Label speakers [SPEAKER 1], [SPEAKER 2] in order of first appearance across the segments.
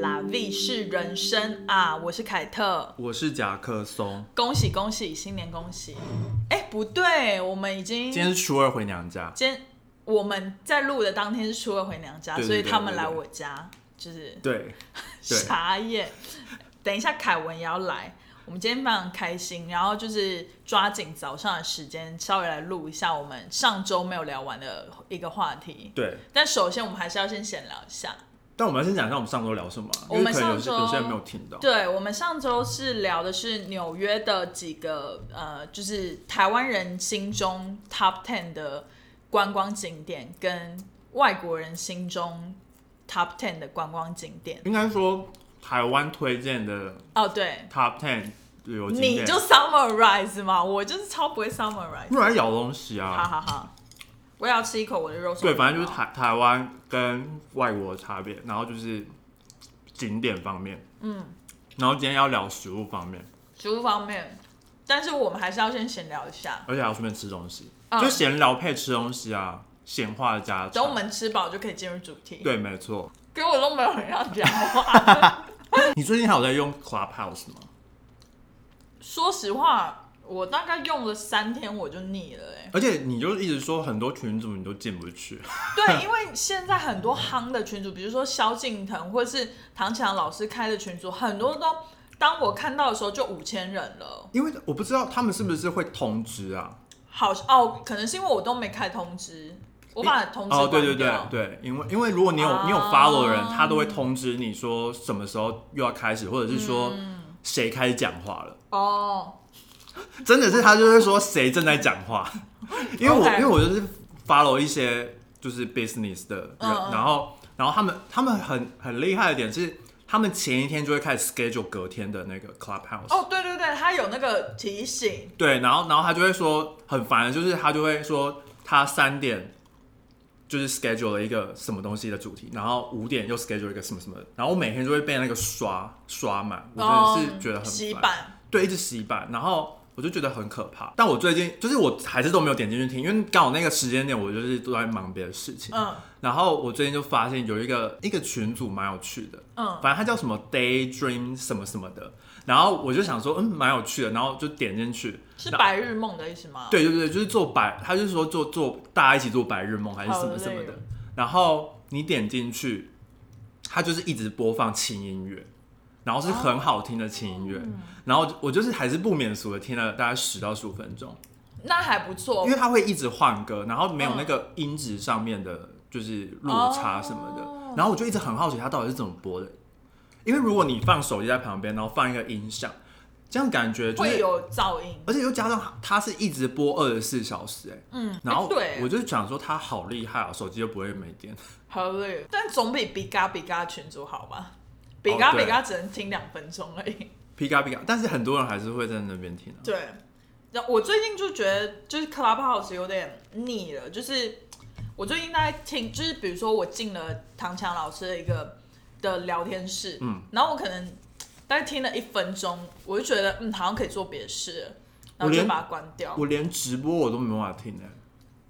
[SPEAKER 1] 啦，V 是人生啊，我是凯特，
[SPEAKER 2] 我是夹克松，
[SPEAKER 1] 恭喜恭喜，新年恭喜！哎，不对，我们已经
[SPEAKER 2] 今天是初二回娘家，
[SPEAKER 1] 今天我们在录的当天是初二回娘家，
[SPEAKER 2] 对对
[SPEAKER 1] 所以
[SPEAKER 2] 对
[SPEAKER 1] 他
[SPEAKER 2] 对
[SPEAKER 1] 们来
[SPEAKER 2] 对
[SPEAKER 1] 我家就是
[SPEAKER 2] 对，对
[SPEAKER 1] 傻眼。等一下，凯文也要来。我们今天非常开心，然后就是抓紧早上的时间，稍微来录一下我们上周没有聊完的一个话题。
[SPEAKER 2] 对。
[SPEAKER 1] 但首先，我们还是要先闲聊一下。
[SPEAKER 2] 但我们要先讲一下我们上周聊什么啊，
[SPEAKER 1] 我
[SPEAKER 2] 因
[SPEAKER 1] 们
[SPEAKER 2] 为可能有些
[SPEAKER 1] 上周
[SPEAKER 2] 有些人没有听到。
[SPEAKER 1] 对，我们上周是聊的是纽约的几个呃，就是台湾人心中 top ten 的观光景点，跟外国人心中 top ten 的观光景点。
[SPEAKER 2] 应该说台湾推荐的
[SPEAKER 1] 哦，对，
[SPEAKER 2] Top Ten 旅游景
[SPEAKER 1] 你
[SPEAKER 2] 点，
[SPEAKER 1] 就 summarize 嘛，我就是超不会 summarize。
[SPEAKER 2] 不然咬东西
[SPEAKER 1] 好
[SPEAKER 2] 啊。
[SPEAKER 1] 好好，我也要吃一口我的肉松
[SPEAKER 2] 对，
[SPEAKER 1] 面包。
[SPEAKER 2] 反正就是台台湾跟外国的差别，然后就是景点方面，嗯，然后今天要聊食物方面，
[SPEAKER 1] 食物方面，但是我们还是要先闲聊一下。
[SPEAKER 2] 而且还要顺便吃东西，
[SPEAKER 1] 嗯
[SPEAKER 2] 就闲聊配吃东西啊，闲话家常。
[SPEAKER 1] 等我们吃饱就可以进入主题。，
[SPEAKER 2] 对，没错。
[SPEAKER 1] 可我都没有人要讲话。
[SPEAKER 2] 你最近还有在用 Clubhouse 吗？
[SPEAKER 1] 说实话，我大概用了三天我就腻了、欸，
[SPEAKER 2] 而且你就一直说很多群主你都进不去，
[SPEAKER 1] 对，因为现在很多夯的群主，比如说萧敬腾或是唐强老师开的群组，很多都当我看到的时候就五千人了。
[SPEAKER 2] 因为我不知道他们是不是会通知啊。
[SPEAKER 1] 好哦，可能是因为我都没开通知，我把通知
[SPEAKER 2] 哦，对对
[SPEAKER 1] 关
[SPEAKER 2] 对
[SPEAKER 1] 掉
[SPEAKER 2] 对，因为因为如果你有、
[SPEAKER 1] 啊
[SPEAKER 2] 你有 follow 的人，他都会通知你说什么时候又要开始，或者是说
[SPEAKER 1] 嗯
[SPEAKER 2] 谁开始讲话了。
[SPEAKER 1] 哦，
[SPEAKER 2] 真的是他就会说谁正在讲 话，因为我
[SPEAKER 1] OK
[SPEAKER 2] 因为我就是 follow 一些就是 business 的人，
[SPEAKER 1] 嗯嗯
[SPEAKER 2] 然后然后他们他们很很厉害的点是，他们前一天就会开始 schedule 隔天的那个 clubhouse。
[SPEAKER 1] 哦，对对对，他有那个提醒，
[SPEAKER 2] 对，然后然后他就会说很烦的，就是他就会说他三点就是 schedule 了一个什么东西的主题，然后五点又 schedule 一个什么什么的，然后我每天就会被那个刷刷满，我真的是觉得很
[SPEAKER 1] 嗯
[SPEAKER 2] 烦
[SPEAKER 1] 洗版，
[SPEAKER 2] 对，一直洗版，然后。我就觉得很可怕，但我最近就是我还是都没有点进去听，因为刚好那个时间点我就是都在忙别的事情。
[SPEAKER 1] 嗯
[SPEAKER 2] 然后我最近就发现有一个一个群组蛮有趣的，
[SPEAKER 1] 嗯，
[SPEAKER 2] 反正它叫什么 Daydream 什么什么的，然后我就想说嗯蛮有趣的，然后就点进去，
[SPEAKER 1] 是白日梦的意思吗？，
[SPEAKER 2] 对对对，就是做白，他就是说做做大家一起做白日梦还是什么什么
[SPEAKER 1] 好累
[SPEAKER 2] 的
[SPEAKER 1] 哦。
[SPEAKER 2] 然后你点进去，他就是一直播放轻音乐，然后是很好听的轻音乐。
[SPEAKER 1] 哦
[SPEAKER 2] 然后我就是还是不免俗的听了大概十到十五分钟，
[SPEAKER 1] 那还不错
[SPEAKER 2] 因为，他会一直换歌，然后没
[SPEAKER 1] 嗯
[SPEAKER 2] 有那个音质上面的就是落差什么的。
[SPEAKER 1] 哦
[SPEAKER 2] 然后我就一直很好奇他到底是怎么播的，因为如果你放手机在旁边，然后放一个音响，这样感觉就是
[SPEAKER 1] 会有噪音，
[SPEAKER 2] 而且又加上它是一直播二十四小时、哎，
[SPEAKER 1] 嗯，
[SPEAKER 2] 然后
[SPEAKER 1] 哎对
[SPEAKER 2] 我就想说它好厉害啊，手机又不会没 电。
[SPEAKER 1] 合理，但总比比嘎比嘎群组好吧？比嘎比
[SPEAKER 2] 哦对
[SPEAKER 1] 嘎只能听两分钟而已。
[SPEAKER 2] 皮卡皮卡，但是很多人还是会在那边听啊。
[SPEAKER 1] 对，然后我最近就觉得就是 Clubhouse 有点腻了，就是我最近在听，就是比如说我进了唐强老师的一个的聊天室，
[SPEAKER 2] 嗯，
[SPEAKER 1] 然后我可能大概听了一分钟，我就觉得嗯，好像可以做别的事了，然
[SPEAKER 2] 我
[SPEAKER 1] 后就
[SPEAKER 2] 连
[SPEAKER 1] 把它关掉。
[SPEAKER 2] 我连直播我都没办法听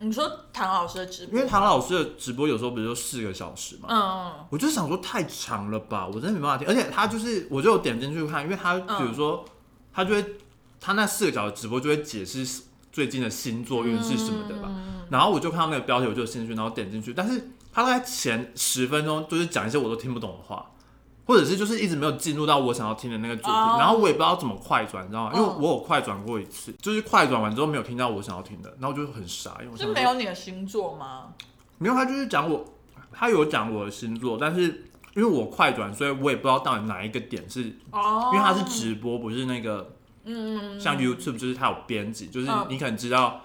[SPEAKER 2] 哎、
[SPEAKER 1] 你说唐老师的直
[SPEAKER 2] 因
[SPEAKER 1] 播，嗯
[SPEAKER 2] 为唐老师的直播有时候不是就四个小时嘛，
[SPEAKER 1] 嗯，嗯
[SPEAKER 2] 我就想说太长了吧，我真的没办法听。而且他就是，我就有点进去看，因为他
[SPEAKER 1] 嗯
[SPEAKER 2] 比如说、他就会他那四个小时直播就会解释最近的星座运势什么的吧。
[SPEAKER 1] 嗯
[SPEAKER 2] 然后我就看到那个标题，我就有兴趣，然后点进去，但是他大概前十分钟就是讲一些我都听不懂的话。或者是就是一直没有进入到我想要听的那个主题
[SPEAKER 1] 哦
[SPEAKER 2] 然后我也不知道怎么快转，你知道吗？因为
[SPEAKER 1] 嗯
[SPEAKER 2] 我有快转过一次，就是快转完之后没有听到我想要听的，然后我就很傻，因为我想
[SPEAKER 1] 就
[SPEAKER 2] 说
[SPEAKER 1] 没有你的星座吗？
[SPEAKER 2] 没有，他就是讲我，他有讲我的星座，但是因为我快转，所以我也不知道到底哪一个点是，因
[SPEAKER 1] 哦，
[SPEAKER 2] 为他是直播，不是那个，嗯，像 YouTube 就是他有编辑，就是
[SPEAKER 1] 嗯
[SPEAKER 2] 你可能知道，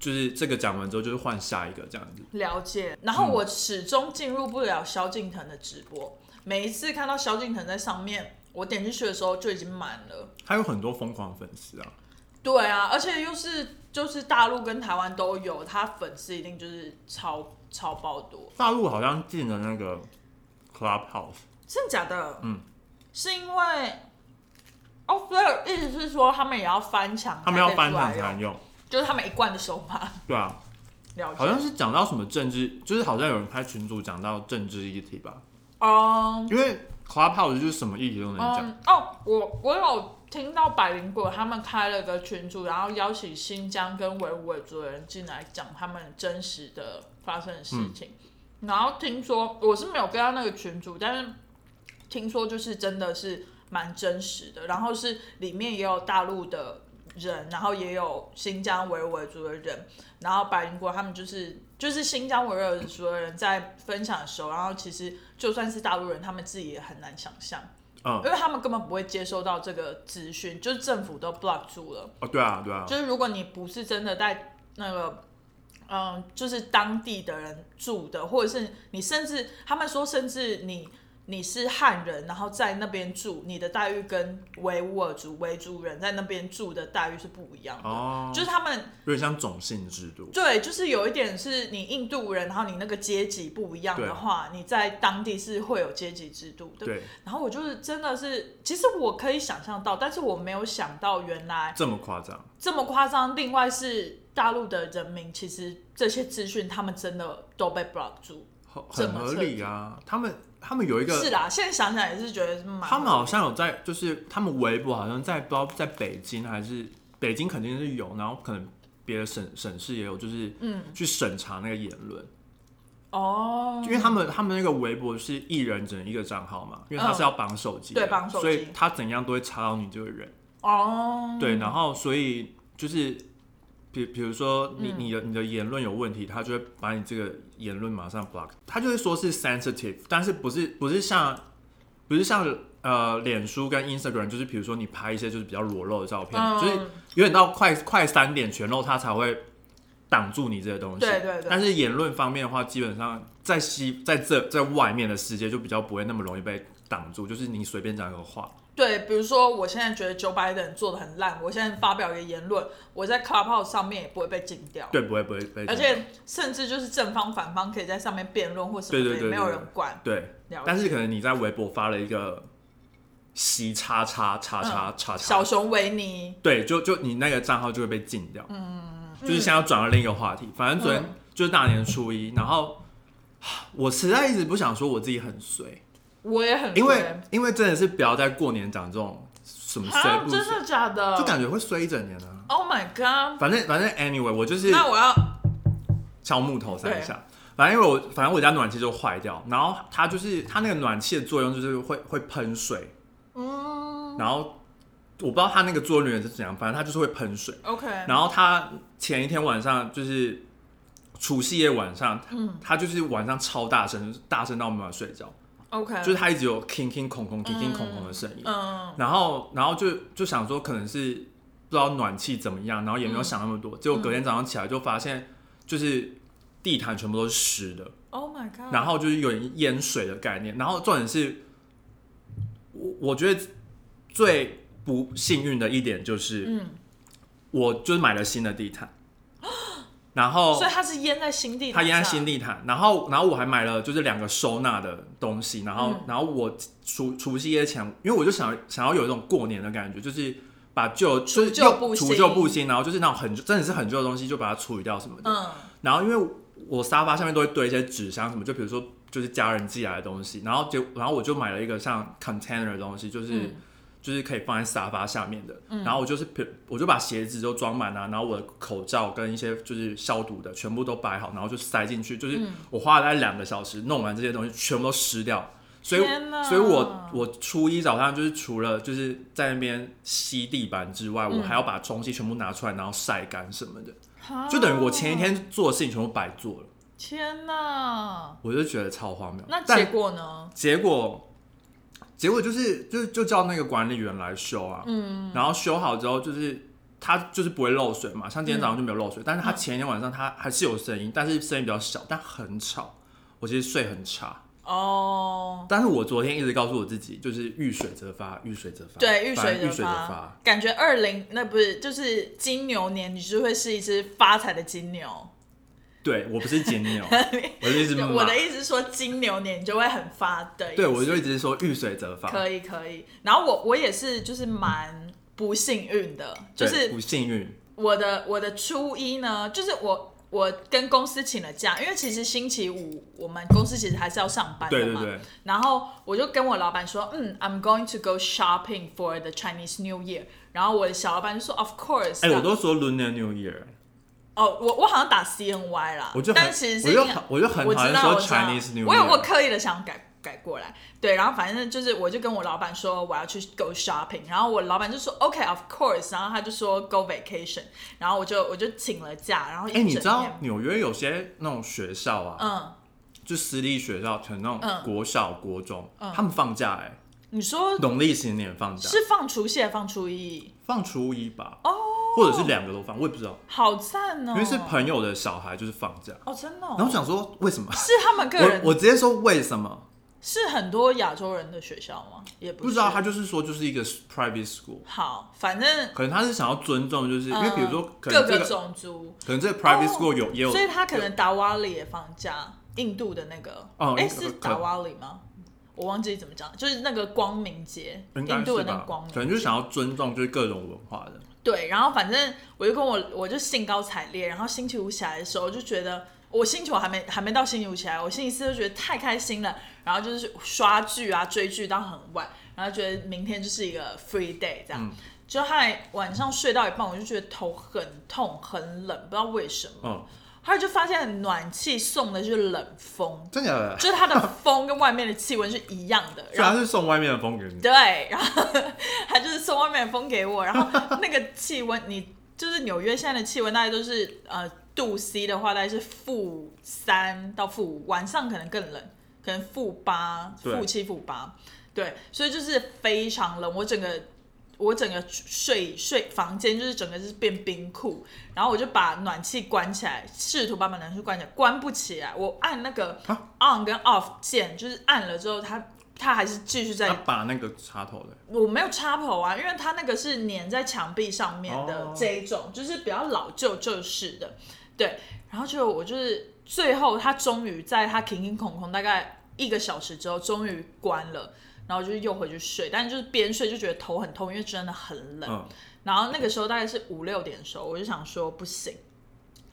[SPEAKER 2] 就是这个讲完之后就是换下一个这样子。
[SPEAKER 1] 了解，然
[SPEAKER 2] 嗯
[SPEAKER 1] 后我始终进入不了萧敬腾的直播。每一次看到萧敬腾在上面，我点进去的时候就已经满了。
[SPEAKER 2] 他有很多疯狂粉丝啊，
[SPEAKER 1] 对啊，而且又是就是大陆跟台湾都有，他粉丝一定就是超超爆多，
[SPEAKER 2] 大陆好像进了那个 Clubhouse，
[SPEAKER 1] 真的假的？
[SPEAKER 2] 嗯，
[SPEAKER 1] 是因为哦，所以意思是说他们也要翻墙，
[SPEAKER 2] 他们要翻墙
[SPEAKER 1] 才可以出来
[SPEAKER 2] 才
[SPEAKER 1] 用
[SPEAKER 2] 能用，
[SPEAKER 1] 就是他们一贯的手法。
[SPEAKER 2] 对啊，
[SPEAKER 1] 了解，
[SPEAKER 2] 好像是讲到什么政治，就是好像有人开群组讲到政治议题吧，
[SPEAKER 1] 嗯
[SPEAKER 2] 因为 Clubhouse 就是什么议题都能讲。
[SPEAKER 1] 嗯哦，我我有听到百灵果他们开了个群组，然后邀请新疆跟维吾尔族的人进来讲他们真实的发生的事情。然后听说我是没有跟到那个群组，但是听说就是真的是蛮真实的，然后是里面也有大陆的人，然后也有新疆维吾尔族的人，然后百灵果他们就是就是新疆维吾尔族的人在分享的时候，然后其实就算是大陆人，他们自己也很难想象。
[SPEAKER 2] 嗯
[SPEAKER 1] 因为他们根本不会接收到这个资讯，就是政府都 block 住了。
[SPEAKER 2] 哦，对啊，对啊，
[SPEAKER 1] 就是如果你不是真的在那个，嗯，就是当地的人住的，或者是你甚至他们说，甚至你你是汉人，然后在那边住，你的待遇跟维吾尔族维族人在那边住的待遇是不一样的。
[SPEAKER 2] 哦，
[SPEAKER 1] 就是他们
[SPEAKER 2] 有点像种姓制度。
[SPEAKER 1] 对，就是有一点是你印度人，然后你那个阶级不一样
[SPEAKER 2] 对
[SPEAKER 1] 的话，你在当地是会有阶级制度的。
[SPEAKER 2] 对，
[SPEAKER 1] 然后我就是真的是，其实我可以想象到，但是我没有想到原来
[SPEAKER 2] 这么夸张。
[SPEAKER 1] 这么夸张。另外是大陆的人民，其实这些资讯他们真的都被 block 住。
[SPEAKER 2] 很
[SPEAKER 1] 这
[SPEAKER 2] 很
[SPEAKER 1] 么
[SPEAKER 2] 合
[SPEAKER 1] 彻
[SPEAKER 2] 理啊。他们他们有
[SPEAKER 1] 是
[SPEAKER 2] 一个，
[SPEAKER 1] 啦，现在想想也是觉得蛮
[SPEAKER 2] 他们好像有在，就是他们微博好像在不知道在北京还是北京肯定是有，然后可能别的省省市也有，就是
[SPEAKER 1] 嗯
[SPEAKER 2] 去审查那个言论，
[SPEAKER 1] 哦，
[SPEAKER 2] 因为他们他们那个微博是一人只能一个账号嘛，因为他是要绑手机
[SPEAKER 1] 嗯
[SPEAKER 2] 的，
[SPEAKER 1] 对绑手机
[SPEAKER 2] 所以他怎样都会查到你这个人。
[SPEAKER 1] 哦，
[SPEAKER 2] 对，然后所以就是，比比如说
[SPEAKER 1] 嗯
[SPEAKER 2] 你你的你的言论有问题，他就会把你这个言论马上 block，他就会说是 sensitive，但是不是不是像不是像呃脸书跟 Instagram，就是比如说你拍一些就是比较裸露的照片，
[SPEAKER 1] 嗯
[SPEAKER 2] 就是有点到快快三点全露，他才会。挡住你这些东西，
[SPEAKER 1] 对对对
[SPEAKER 2] 但是言论方面的话，基本上在西在这在外面的世界就比较不会那么容易被挡住，就是你随便讲一个话，
[SPEAKER 1] 对，比如说我现在觉得 Joe Biden 做的很烂，我现在发表一个言论，我在 Clubhouse 上面也不会被禁掉。
[SPEAKER 2] 对，不会不会被。
[SPEAKER 1] 而且甚至就是正方反方可以在上面辩论或什么
[SPEAKER 2] 对
[SPEAKER 1] 的，
[SPEAKER 2] 对
[SPEAKER 1] 也
[SPEAKER 2] 对
[SPEAKER 1] 没有
[SPEAKER 2] 对
[SPEAKER 1] 人管。
[SPEAKER 2] 对
[SPEAKER 1] 了解，
[SPEAKER 2] 但是可能你在微博发了一个“西叉叉叉叉叉
[SPEAKER 1] 嗯小
[SPEAKER 2] 叉
[SPEAKER 1] 熊维尼”，
[SPEAKER 2] 对，就就你那个账号就会被禁掉。嗯，就是现在要转到另一个话题。反正昨天
[SPEAKER 1] 嗯
[SPEAKER 2] 就是大年初一，然后啊我实在一直不想说我自己很衰，
[SPEAKER 1] 我也很
[SPEAKER 2] 因为
[SPEAKER 1] 衰
[SPEAKER 2] 因为真的是不要在过年讲这种什么衰
[SPEAKER 1] 啊，
[SPEAKER 2] 不衰
[SPEAKER 1] 真，的假的？
[SPEAKER 2] 就感觉会衰一整年啊。
[SPEAKER 1] Oh my god！
[SPEAKER 2] 反正反正 anyway，我就是
[SPEAKER 1] 那我要
[SPEAKER 2] 敲木头三下。反正因为我反正我家暖气就坏掉，然后它就是它那个暖气的作用就是会会喷水，
[SPEAKER 1] 嗯
[SPEAKER 2] 然后我不知道它那个作用原理是怎样，反正它就是会喷水。
[SPEAKER 1] ，OK，
[SPEAKER 2] 然后它前一天晚上就是除夕夜晚上，
[SPEAKER 1] 嗯
[SPEAKER 2] 它就是晚上超大声，大声到我没办法睡觉，
[SPEAKER 1] OK，
[SPEAKER 2] 就是它一直有 king king 空空 king king 空空的声音。
[SPEAKER 1] 嗯
[SPEAKER 2] 然后然后就就想说可能是不知道暖气怎么样，然后也没
[SPEAKER 1] 嗯
[SPEAKER 2] 有想那么多，结果隔天早上起来就发现就是地毯全部都是湿的，
[SPEAKER 1] ，Oh my god！
[SPEAKER 2] 然后就是有点淹水的概念。然后重点是，我我觉得最不幸运的一点就是，
[SPEAKER 1] 嗯，
[SPEAKER 2] 我就是买了新的 地毯，然后
[SPEAKER 1] 所以它是淹在心地，
[SPEAKER 2] 它哦淹在新，地毯，然后然后我还买了就是两个收纳的东西，然后、
[SPEAKER 1] 嗯
[SPEAKER 2] 然后我除除夕夜前，因为我就想想要有一种过年的感觉，就是把旧就是
[SPEAKER 1] 旧
[SPEAKER 2] 又
[SPEAKER 1] 布
[SPEAKER 2] 除
[SPEAKER 1] 新
[SPEAKER 2] 旧布新，然后就是那种很真的是很旧的东西就把它处理掉什么的，
[SPEAKER 1] 嗯
[SPEAKER 2] 然后因为我沙发下面都会堆一些纸箱什么，就比如说就是家人寄来的东西，然后就然后我就买了一个像 container 的东西，就是、
[SPEAKER 1] 嗯
[SPEAKER 2] 就是可以放在沙发下面的。然后我就是比我就把鞋子都装满啊，然后我的口罩跟一些就是消毒的全部都摆好，然后就塞进去。就是
[SPEAKER 1] 嗯
[SPEAKER 2] 我花了大概两个小时弄完这些东西，全部都湿掉。所以
[SPEAKER 1] 天，哪
[SPEAKER 2] 所以我我初一早上就是除了就是在那边吸地板之外，
[SPEAKER 1] 嗯
[SPEAKER 2] 我还要把东西全部拿出来，然后晒干什么的。
[SPEAKER 1] 哈
[SPEAKER 2] 就等于我前一，天做的事情全部白做了，
[SPEAKER 1] 天哪！
[SPEAKER 2] 我就觉得超荒谬。
[SPEAKER 1] 那结
[SPEAKER 2] 但
[SPEAKER 1] 果呢？
[SPEAKER 2] 结果结果就是就就叫那个管理员来修啊，嗯，然后修好之后就是它就是不会漏水嘛，像今天早上就没有漏
[SPEAKER 1] 嗯
[SPEAKER 2] 水，但是它前一天晚上它还是有声音，但是声音比较小，但很吵。我其实睡很差，
[SPEAKER 1] 哦，
[SPEAKER 2] 但是我昨天一直告诉我自己，就是遇水则发，遇水则发，
[SPEAKER 1] 对，遇
[SPEAKER 2] 反
[SPEAKER 1] 水
[SPEAKER 2] 正遇
[SPEAKER 1] 则
[SPEAKER 2] 水则发。，
[SPEAKER 1] 感觉二零那不是就是金牛年，你就会是一只发财的金牛。
[SPEAKER 2] 对我不是金 牛，我是一直
[SPEAKER 1] 我
[SPEAKER 2] 骂
[SPEAKER 1] 的意思是说，金牛年你就会很发的意思。
[SPEAKER 2] 对我就一直说遇水则发，
[SPEAKER 1] 可以可以。然后我我也是就是蛮不幸运的，就
[SPEAKER 2] 对
[SPEAKER 1] 是
[SPEAKER 2] 不幸运，
[SPEAKER 1] 我的我的初一呢，就是我我跟公司请了假，因为其实星期五我们公司其实还是要上班的
[SPEAKER 2] 对对
[SPEAKER 1] 嘛。
[SPEAKER 2] 对，
[SPEAKER 1] 然后我就跟我老板说，嗯，I'm going to go shopping for the Chinese New Year。然后我的小老板就说，Of course。
[SPEAKER 2] 哎、我都说 Lunar New Year，
[SPEAKER 1] 哦，我我好像打 CNY 啦，
[SPEAKER 2] 我就很
[SPEAKER 1] 但其实是
[SPEAKER 2] 我就
[SPEAKER 1] 因为
[SPEAKER 2] 很我就很
[SPEAKER 1] 我
[SPEAKER 2] 讨
[SPEAKER 1] 知
[SPEAKER 2] 厌
[SPEAKER 1] 道，
[SPEAKER 2] 说
[SPEAKER 1] 我知道
[SPEAKER 2] Chinese New
[SPEAKER 1] 我有我
[SPEAKER 2] Year，
[SPEAKER 1] 刻意的想改改过来，对，然后反正就是我就跟我老板说我要去 go shopping，然后我老板就说 OK of course，然后他就说 go vacation，然后我就我就请了假，然后一
[SPEAKER 2] 哎、
[SPEAKER 1] 整
[SPEAKER 2] 你知道
[SPEAKER 1] 天
[SPEAKER 2] 纽约有些那种学校啊，
[SPEAKER 1] 嗯，
[SPEAKER 2] 就私立学校，可能那
[SPEAKER 1] 嗯
[SPEAKER 2] 种国小、国中，他们放假哎、
[SPEAKER 1] 你说
[SPEAKER 2] 农历新年放
[SPEAKER 1] 嗯
[SPEAKER 2] 假，
[SPEAKER 1] 是放除夕还是放初一？
[SPEAKER 2] 放初一吧，哦，或者是两个都放，我也不知道，
[SPEAKER 1] 好赞哦！
[SPEAKER 2] 因为是朋友的小孩就是放假，
[SPEAKER 1] 哦，真的、
[SPEAKER 2] 然后我
[SPEAKER 1] 哦，
[SPEAKER 2] 想说为什么？
[SPEAKER 1] 是他们个
[SPEAKER 2] 我
[SPEAKER 1] 人
[SPEAKER 2] 我直接说为什么？
[SPEAKER 1] 是很多亚洲人的学校吗？也不
[SPEAKER 2] 不
[SPEAKER 1] 是
[SPEAKER 2] 知道，他就是说就是一个 private school，
[SPEAKER 1] 好，反正
[SPEAKER 2] 可能他是想要尊重，就是因为比如说
[SPEAKER 1] 嗯
[SPEAKER 2] 可
[SPEAKER 1] 各
[SPEAKER 2] 能这
[SPEAKER 1] 个
[SPEAKER 2] 个
[SPEAKER 1] 种族。
[SPEAKER 2] 可能这个 private
[SPEAKER 1] 哦
[SPEAKER 2] school 有也有
[SPEAKER 1] 所以他可能达瓦里也放假，印度的那个，
[SPEAKER 2] 哦
[SPEAKER 1] 哎、
[SPEAKER 2] 应该
[SPEAKER 1] 是
[SPEAKER 2] 可
[SPEAKER 1] 达瓦里吗？我忘记怎么讲，就是那个光明节，
[SPEAKER 2] 应该
[SPEAKER 1] 印度的
[SPEAKER 2] 是
[SPEAKER 1] 那个
[SPEAKER 2] 吧
[SPEAKER 1] 光，
[SPEAKER 2] 可
[SPEAKER 1] 明。
[SPEAKER 2] 能就是想要尊重就是各种文化的。
[SPEAKER 1] 对，然后反正我就跟我我就兴高采烈，然后星期五起来的时候就觉得。我星期五还没还没到星期五起来，我星期四就觉得太开心了，然后就是刷剧啊追剧到很晚，然后觉得明天就是一个 free day 这样，
[SPEAKER 2] 嗯
[SPEAKER 1] 就还晚上睡到一半，我就觉得头很痛很冷，不知道为什么，
[SPEAKER 2] 嗯，
[SPEAKER 1] 还有就发现暖气送的是冷风，
[SPEAKER 2] 真假的？
[SPEAKER 1] 就是它的风跟外面的气温是一样的。
[SPEAKER 2] 所以
[SPEAKER 1] 然
[SPEAKER 2] 他
[SPEAKER 1] 后
[SPEAKER 2] 是送外面的风给你。
[SPEAKER 1] 对，然后它就是送外面的风给我，然后那个气温，你就是纽约现在的气温大概都是呃度 C 的话，大概是负三到负五，晚上可能更冷，可能负八、
[SPEAKER 2] 对
[SPEAKER 1] 负七、负八。对，所以就是非常冷，我整个我整个睡睡房间就是整个就是变冰库，然后我就把暖气关起来，试图把把暖气关起来，关不起来。我按那个
[SPEAKER 2] 啊
[SPEAKER 1] on 跟 off 键，就是按了之后，它它还是继续在
[SPEAKER 2] 他把那个插头的，
[SPEAKER 1] 我没有插头啊，因为它那个是粘在墙壁上面的
[SPEAKER 2] 哦
[SPEAKER 1] 这一种，就是比较老旧旧式的。对，然后就我就是最后他终于在他停停空空大概一个小时之后，终于关了。然后就是又回去睡，但就是边睡就觉得头很痛，因为真的很冷。
[SPEAKER 2] 嗯，
[SPEAKER 1] 然后那个时候大概是五六点的时候，我就想说不行，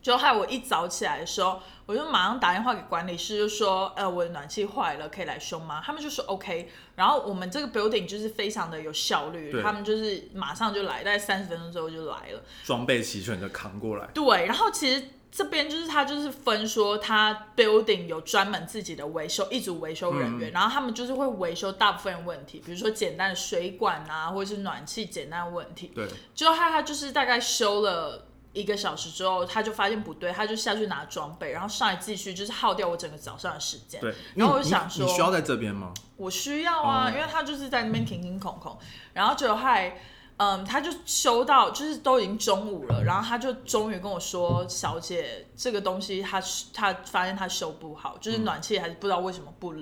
[SPEAKER 1] 就害我一早起来的时候，我就马上打电话给管理室，就说呃我的暖气坏了，可以来修吗？他们就说 OK。然后我们这个 building 就是非常的有效率，
[SPEAKER 2] 对
[SPEAKER 1] 他们就是马上就来，大概三十分钟之后就来了。
[SPEAKER 2] 装备齐全的扛过来。
[SPEAKER 1] 对，然后其实这边就是他就是分说，他 building 有专门自己的维修一组维修人员，然后他们就是会维修大部分问题，比如说简单的水管啊，或者是暖气简单的问题。
[SPEAKER 2] 对，
[SPEAKER 1] 就他他就是大概修了一个小时之后，他就发现不对，他就下去拿装备，然后上来继续就是耗掉我整个早上的时间。
[SPEAKER 2] 对，
[SPEAKER 1] 然后我
[SPEAKER 2] 因为
[SPEAKER 1] 就
[SPEAKER 2] 你
[SPEAKER 1] 想
[SPEAKER 2] 你需
[SPEAKER 1] 说
[SPEAKER 2] 要在这边吗？
[SPEAKER 1] 我需要啊，
[SPEAKER 2] 哦
[SPEAKER 1] 因为他就是在那边停停空空，然后就还。嗯，他就修到，就是都已经中午了，然后他就终于跟我说：“小姐，这个东西他他发现他修不好，就是暖气还是不知道为什么不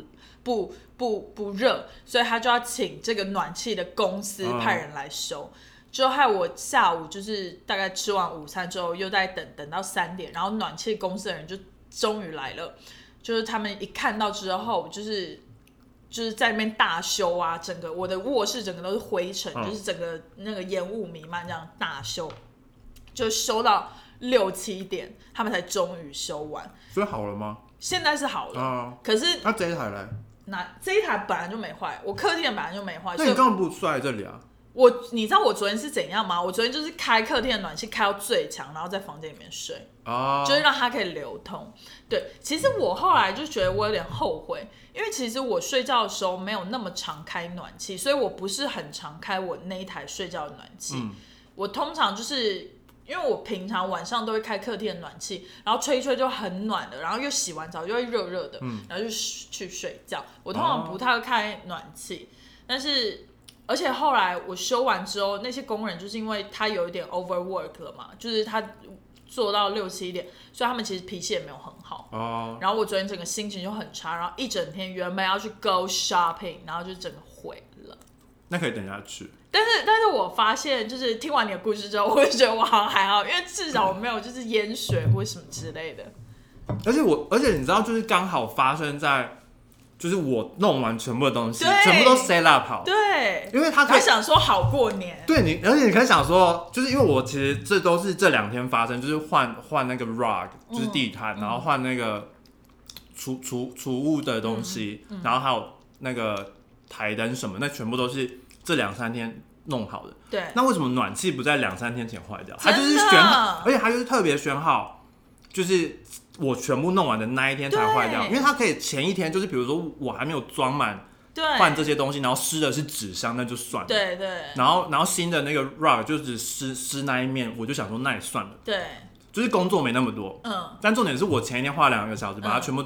[SPEAKER 1] 不不不热，所以他就要请这个暖气的公司
[SPEAKER 2] 嗯
[SPEAKER 1] 派人来修。就害我下午就是大概吃完午餐之后，又在等等到三点，然后暖气公司的人就终于来了，就是他们一看到之后，就是就是在那边大修啊，整个我的卧室整个都是灰尘，
[SPEAKER 2] 嗯
[SPEAKER 1] 就是整个那个烟雾弥漫，这样大修，就修到六七点，他们才终于修完。
[SPEAKER 2] 所以好了吗？
[SPEAKER 1] 现在是好了，
[SPEAKER 2] 啊，
[SPEAKER 1] 可是
[SPEAKER 2] 那这一台嘞？
[SPEAKER 1] 啊那这一台本来就没坏，我客厅的本来就没坏，
[SPEAKER 2] 那
[SPEAKER 1] 所以
[SPEAKER 2] 你根本不睡在这里啊？
[SPEAKER 1] 我你知道我昨天是怎样吗？我昨天就是开客厅的暖气开到最强，然后在房间里面睡，
[SPEAKER 2] 啊，
[SPEAKER 1] 就是让它可以流通。对，其实我后来就觉得我有点后悔，因为其实我睡觉的时候没有那么常开暖气，所以我不是很常开我那一台睡觉的暖气。
[SPEAKER 2] 嗯
[SPEAKER 1] 我通常就是因为我平常晚上都会开客厅的暖气，然后吹一吹就很暖了，然后又洗完澡就会热热的，然后就去睡觉。我通常
[SPEAKER 2] 哦
[SPEAKER 1] 不太会开暖气，但是。而且后来我修完之后，那些工人就是因为他有一点 overwork 了嘛，就是他做到六七点，所以他们其实脾气也没有很好。
[SPEAKER 2] 哦，
[SPEAKER 1] 然后我昨天整个心情就很差，然后一整天原本要去 go shopping，然后就整个毁了。
[SPEAKER 2] 那可以等一下去。
[SPEAKER 1] 但是，但是我发现，就是听完你的故事之后，我就觉得我好像还好，因为至少我没有就是淹水或什么之类的。
[SPEAKER 2] 而且我，而且你知道，就是刚好发生在，就是我弄完全部的东西，
[SPEAKER 1] 对
[SPEAKER 2] 全部都 set up 好，
[SPEAKER 1] 对，
[SPEAKER 2] 因为他可
[SPEAKER 1] 他
[SPEAKER 2] 以
[SPEAKER 1] 想说好过年，
[SPEAKER 2] 对你，而且你可以想说，就是因为我其实这都是这两天发生，就是换换那个 rug，就是
[SPEAKER 1] 嗯
[SPEAKER 2] 地毯，然后换那个储储储物的东
[SPEAKER 1] 嗯
[SPEAKER 2] 西，然后还有那个台灯什么，那全部都是这两三天弄好的。
[SPEAKER 1] 对，
[SPEAKER 2] 那为什么暖气不在两三天前坏掉？它
[SPEAKER 1] 真
[SPEAKER 2] 就
[SPEAKER 1] 的
[SPEAKER 2] 是选好，而且它就是特别选好，就是我全部弄完的那一天才坏掉，
[SPEAKER 1] 对
[SPEAKER 2] 因为它可以前一天，就是比如说我还没有装满
[SPEAKER 1] 对，
[SPEAKER 2] 换这些东西，然后湿的是纸箱，那就算了。
[SPEAKER 1] 对对
[SPEAKER 2] 然后然后新的那个 rug 就只湿湿那一面，我就想说那也算了，
[SPEAKER 1] 对，
[SPEAKER 2] 就是工作没那么多。
[SPEAKER 1] 嗯
[SPEAKER 2] 但重点是我前一天花两个小时把它
[SPEAKER 1] 嗯
[SPEAKER 2] 全部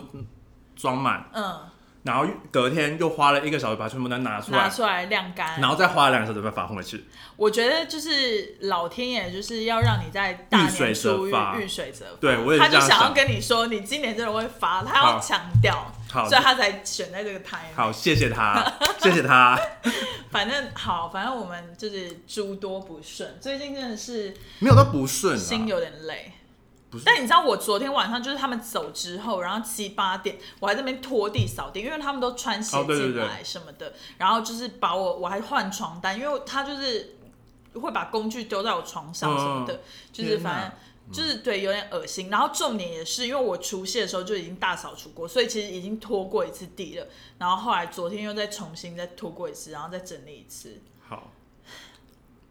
[SPEAKER 2] 装满，
[SPEAKER 1] 嗯，
[SPEAKER 2] 然后隔天又花了一个小时把它全部都拿出
[SPEAKER 1] 拿
[SPEAKER 2] 来，
[SPEAKER 1] 出来晾干，
[SPEAKER 2] 然后再花了两个小时把它放 回去。
[SPEAKER 1] 我觉得就是老天爷就是要让你在大
[SPEAKER 2] 遇水
[SPEAKER 1] 年
[SPEAKER 2] 则
[SPEAKER 1] 初遇
[SPEAKER 2] 发
[SPEAKER 1] 遇水则发，
[SPEAKER 2] 对我也
[SPEAKER 1] 他
[SPEAKER 2] 是这
[SPEAKER 1] 就
[SPEAKER 2] 样
[SPEAKER 1] 想要
[SPEAKER 2] 想。
[SPEAKER 1] 跟你说，你今年真的会发，他要
[SPEAKER 2] 好
[SPEAKER 1] 强调，
[SPEAKER 2] 好
[SPEAKER 1] 所以他才选在这个 time。
[SPEAKER 2] 好，谢 谢他，谢谢他。
[SPEAKER 1] 反正好，反正我们就是诸多不顺，最近真的是
[SPEAKER 2] 没有都不顺
[SPEAKER 1] 心
[SPEAKER 2] 啊，
[SPEAKER 1] 有点累。
[SPEAKER 2] 不是
[SPEAKER 1] 但你知道我昨天晚上就是他们走之后，然后七八点我还在那边拖地扫地，因为他们都穿鞋
[SPEAKER 2] 哦对对
[SPEAKER 1] 进
[SPEAKER 2] 对
[SPEAKER 1] 来什么的，然后就是把我我还换床单，因为他就是会把工具丢在我床上什么的，
[SPEAKER 2] 嗯
[SPEAKER 1] 就是
[SPEAKER 2] 天哪
[SPEAKER 1] 反正。就是对，有点恶心。然后重点也是，因为我除夕的时候就已经大扫除过，所以其实已经拖过一次地了。然后后来昨天又再重新再拖过一次，然后再整理一次。
[SPEAKER 2] 好，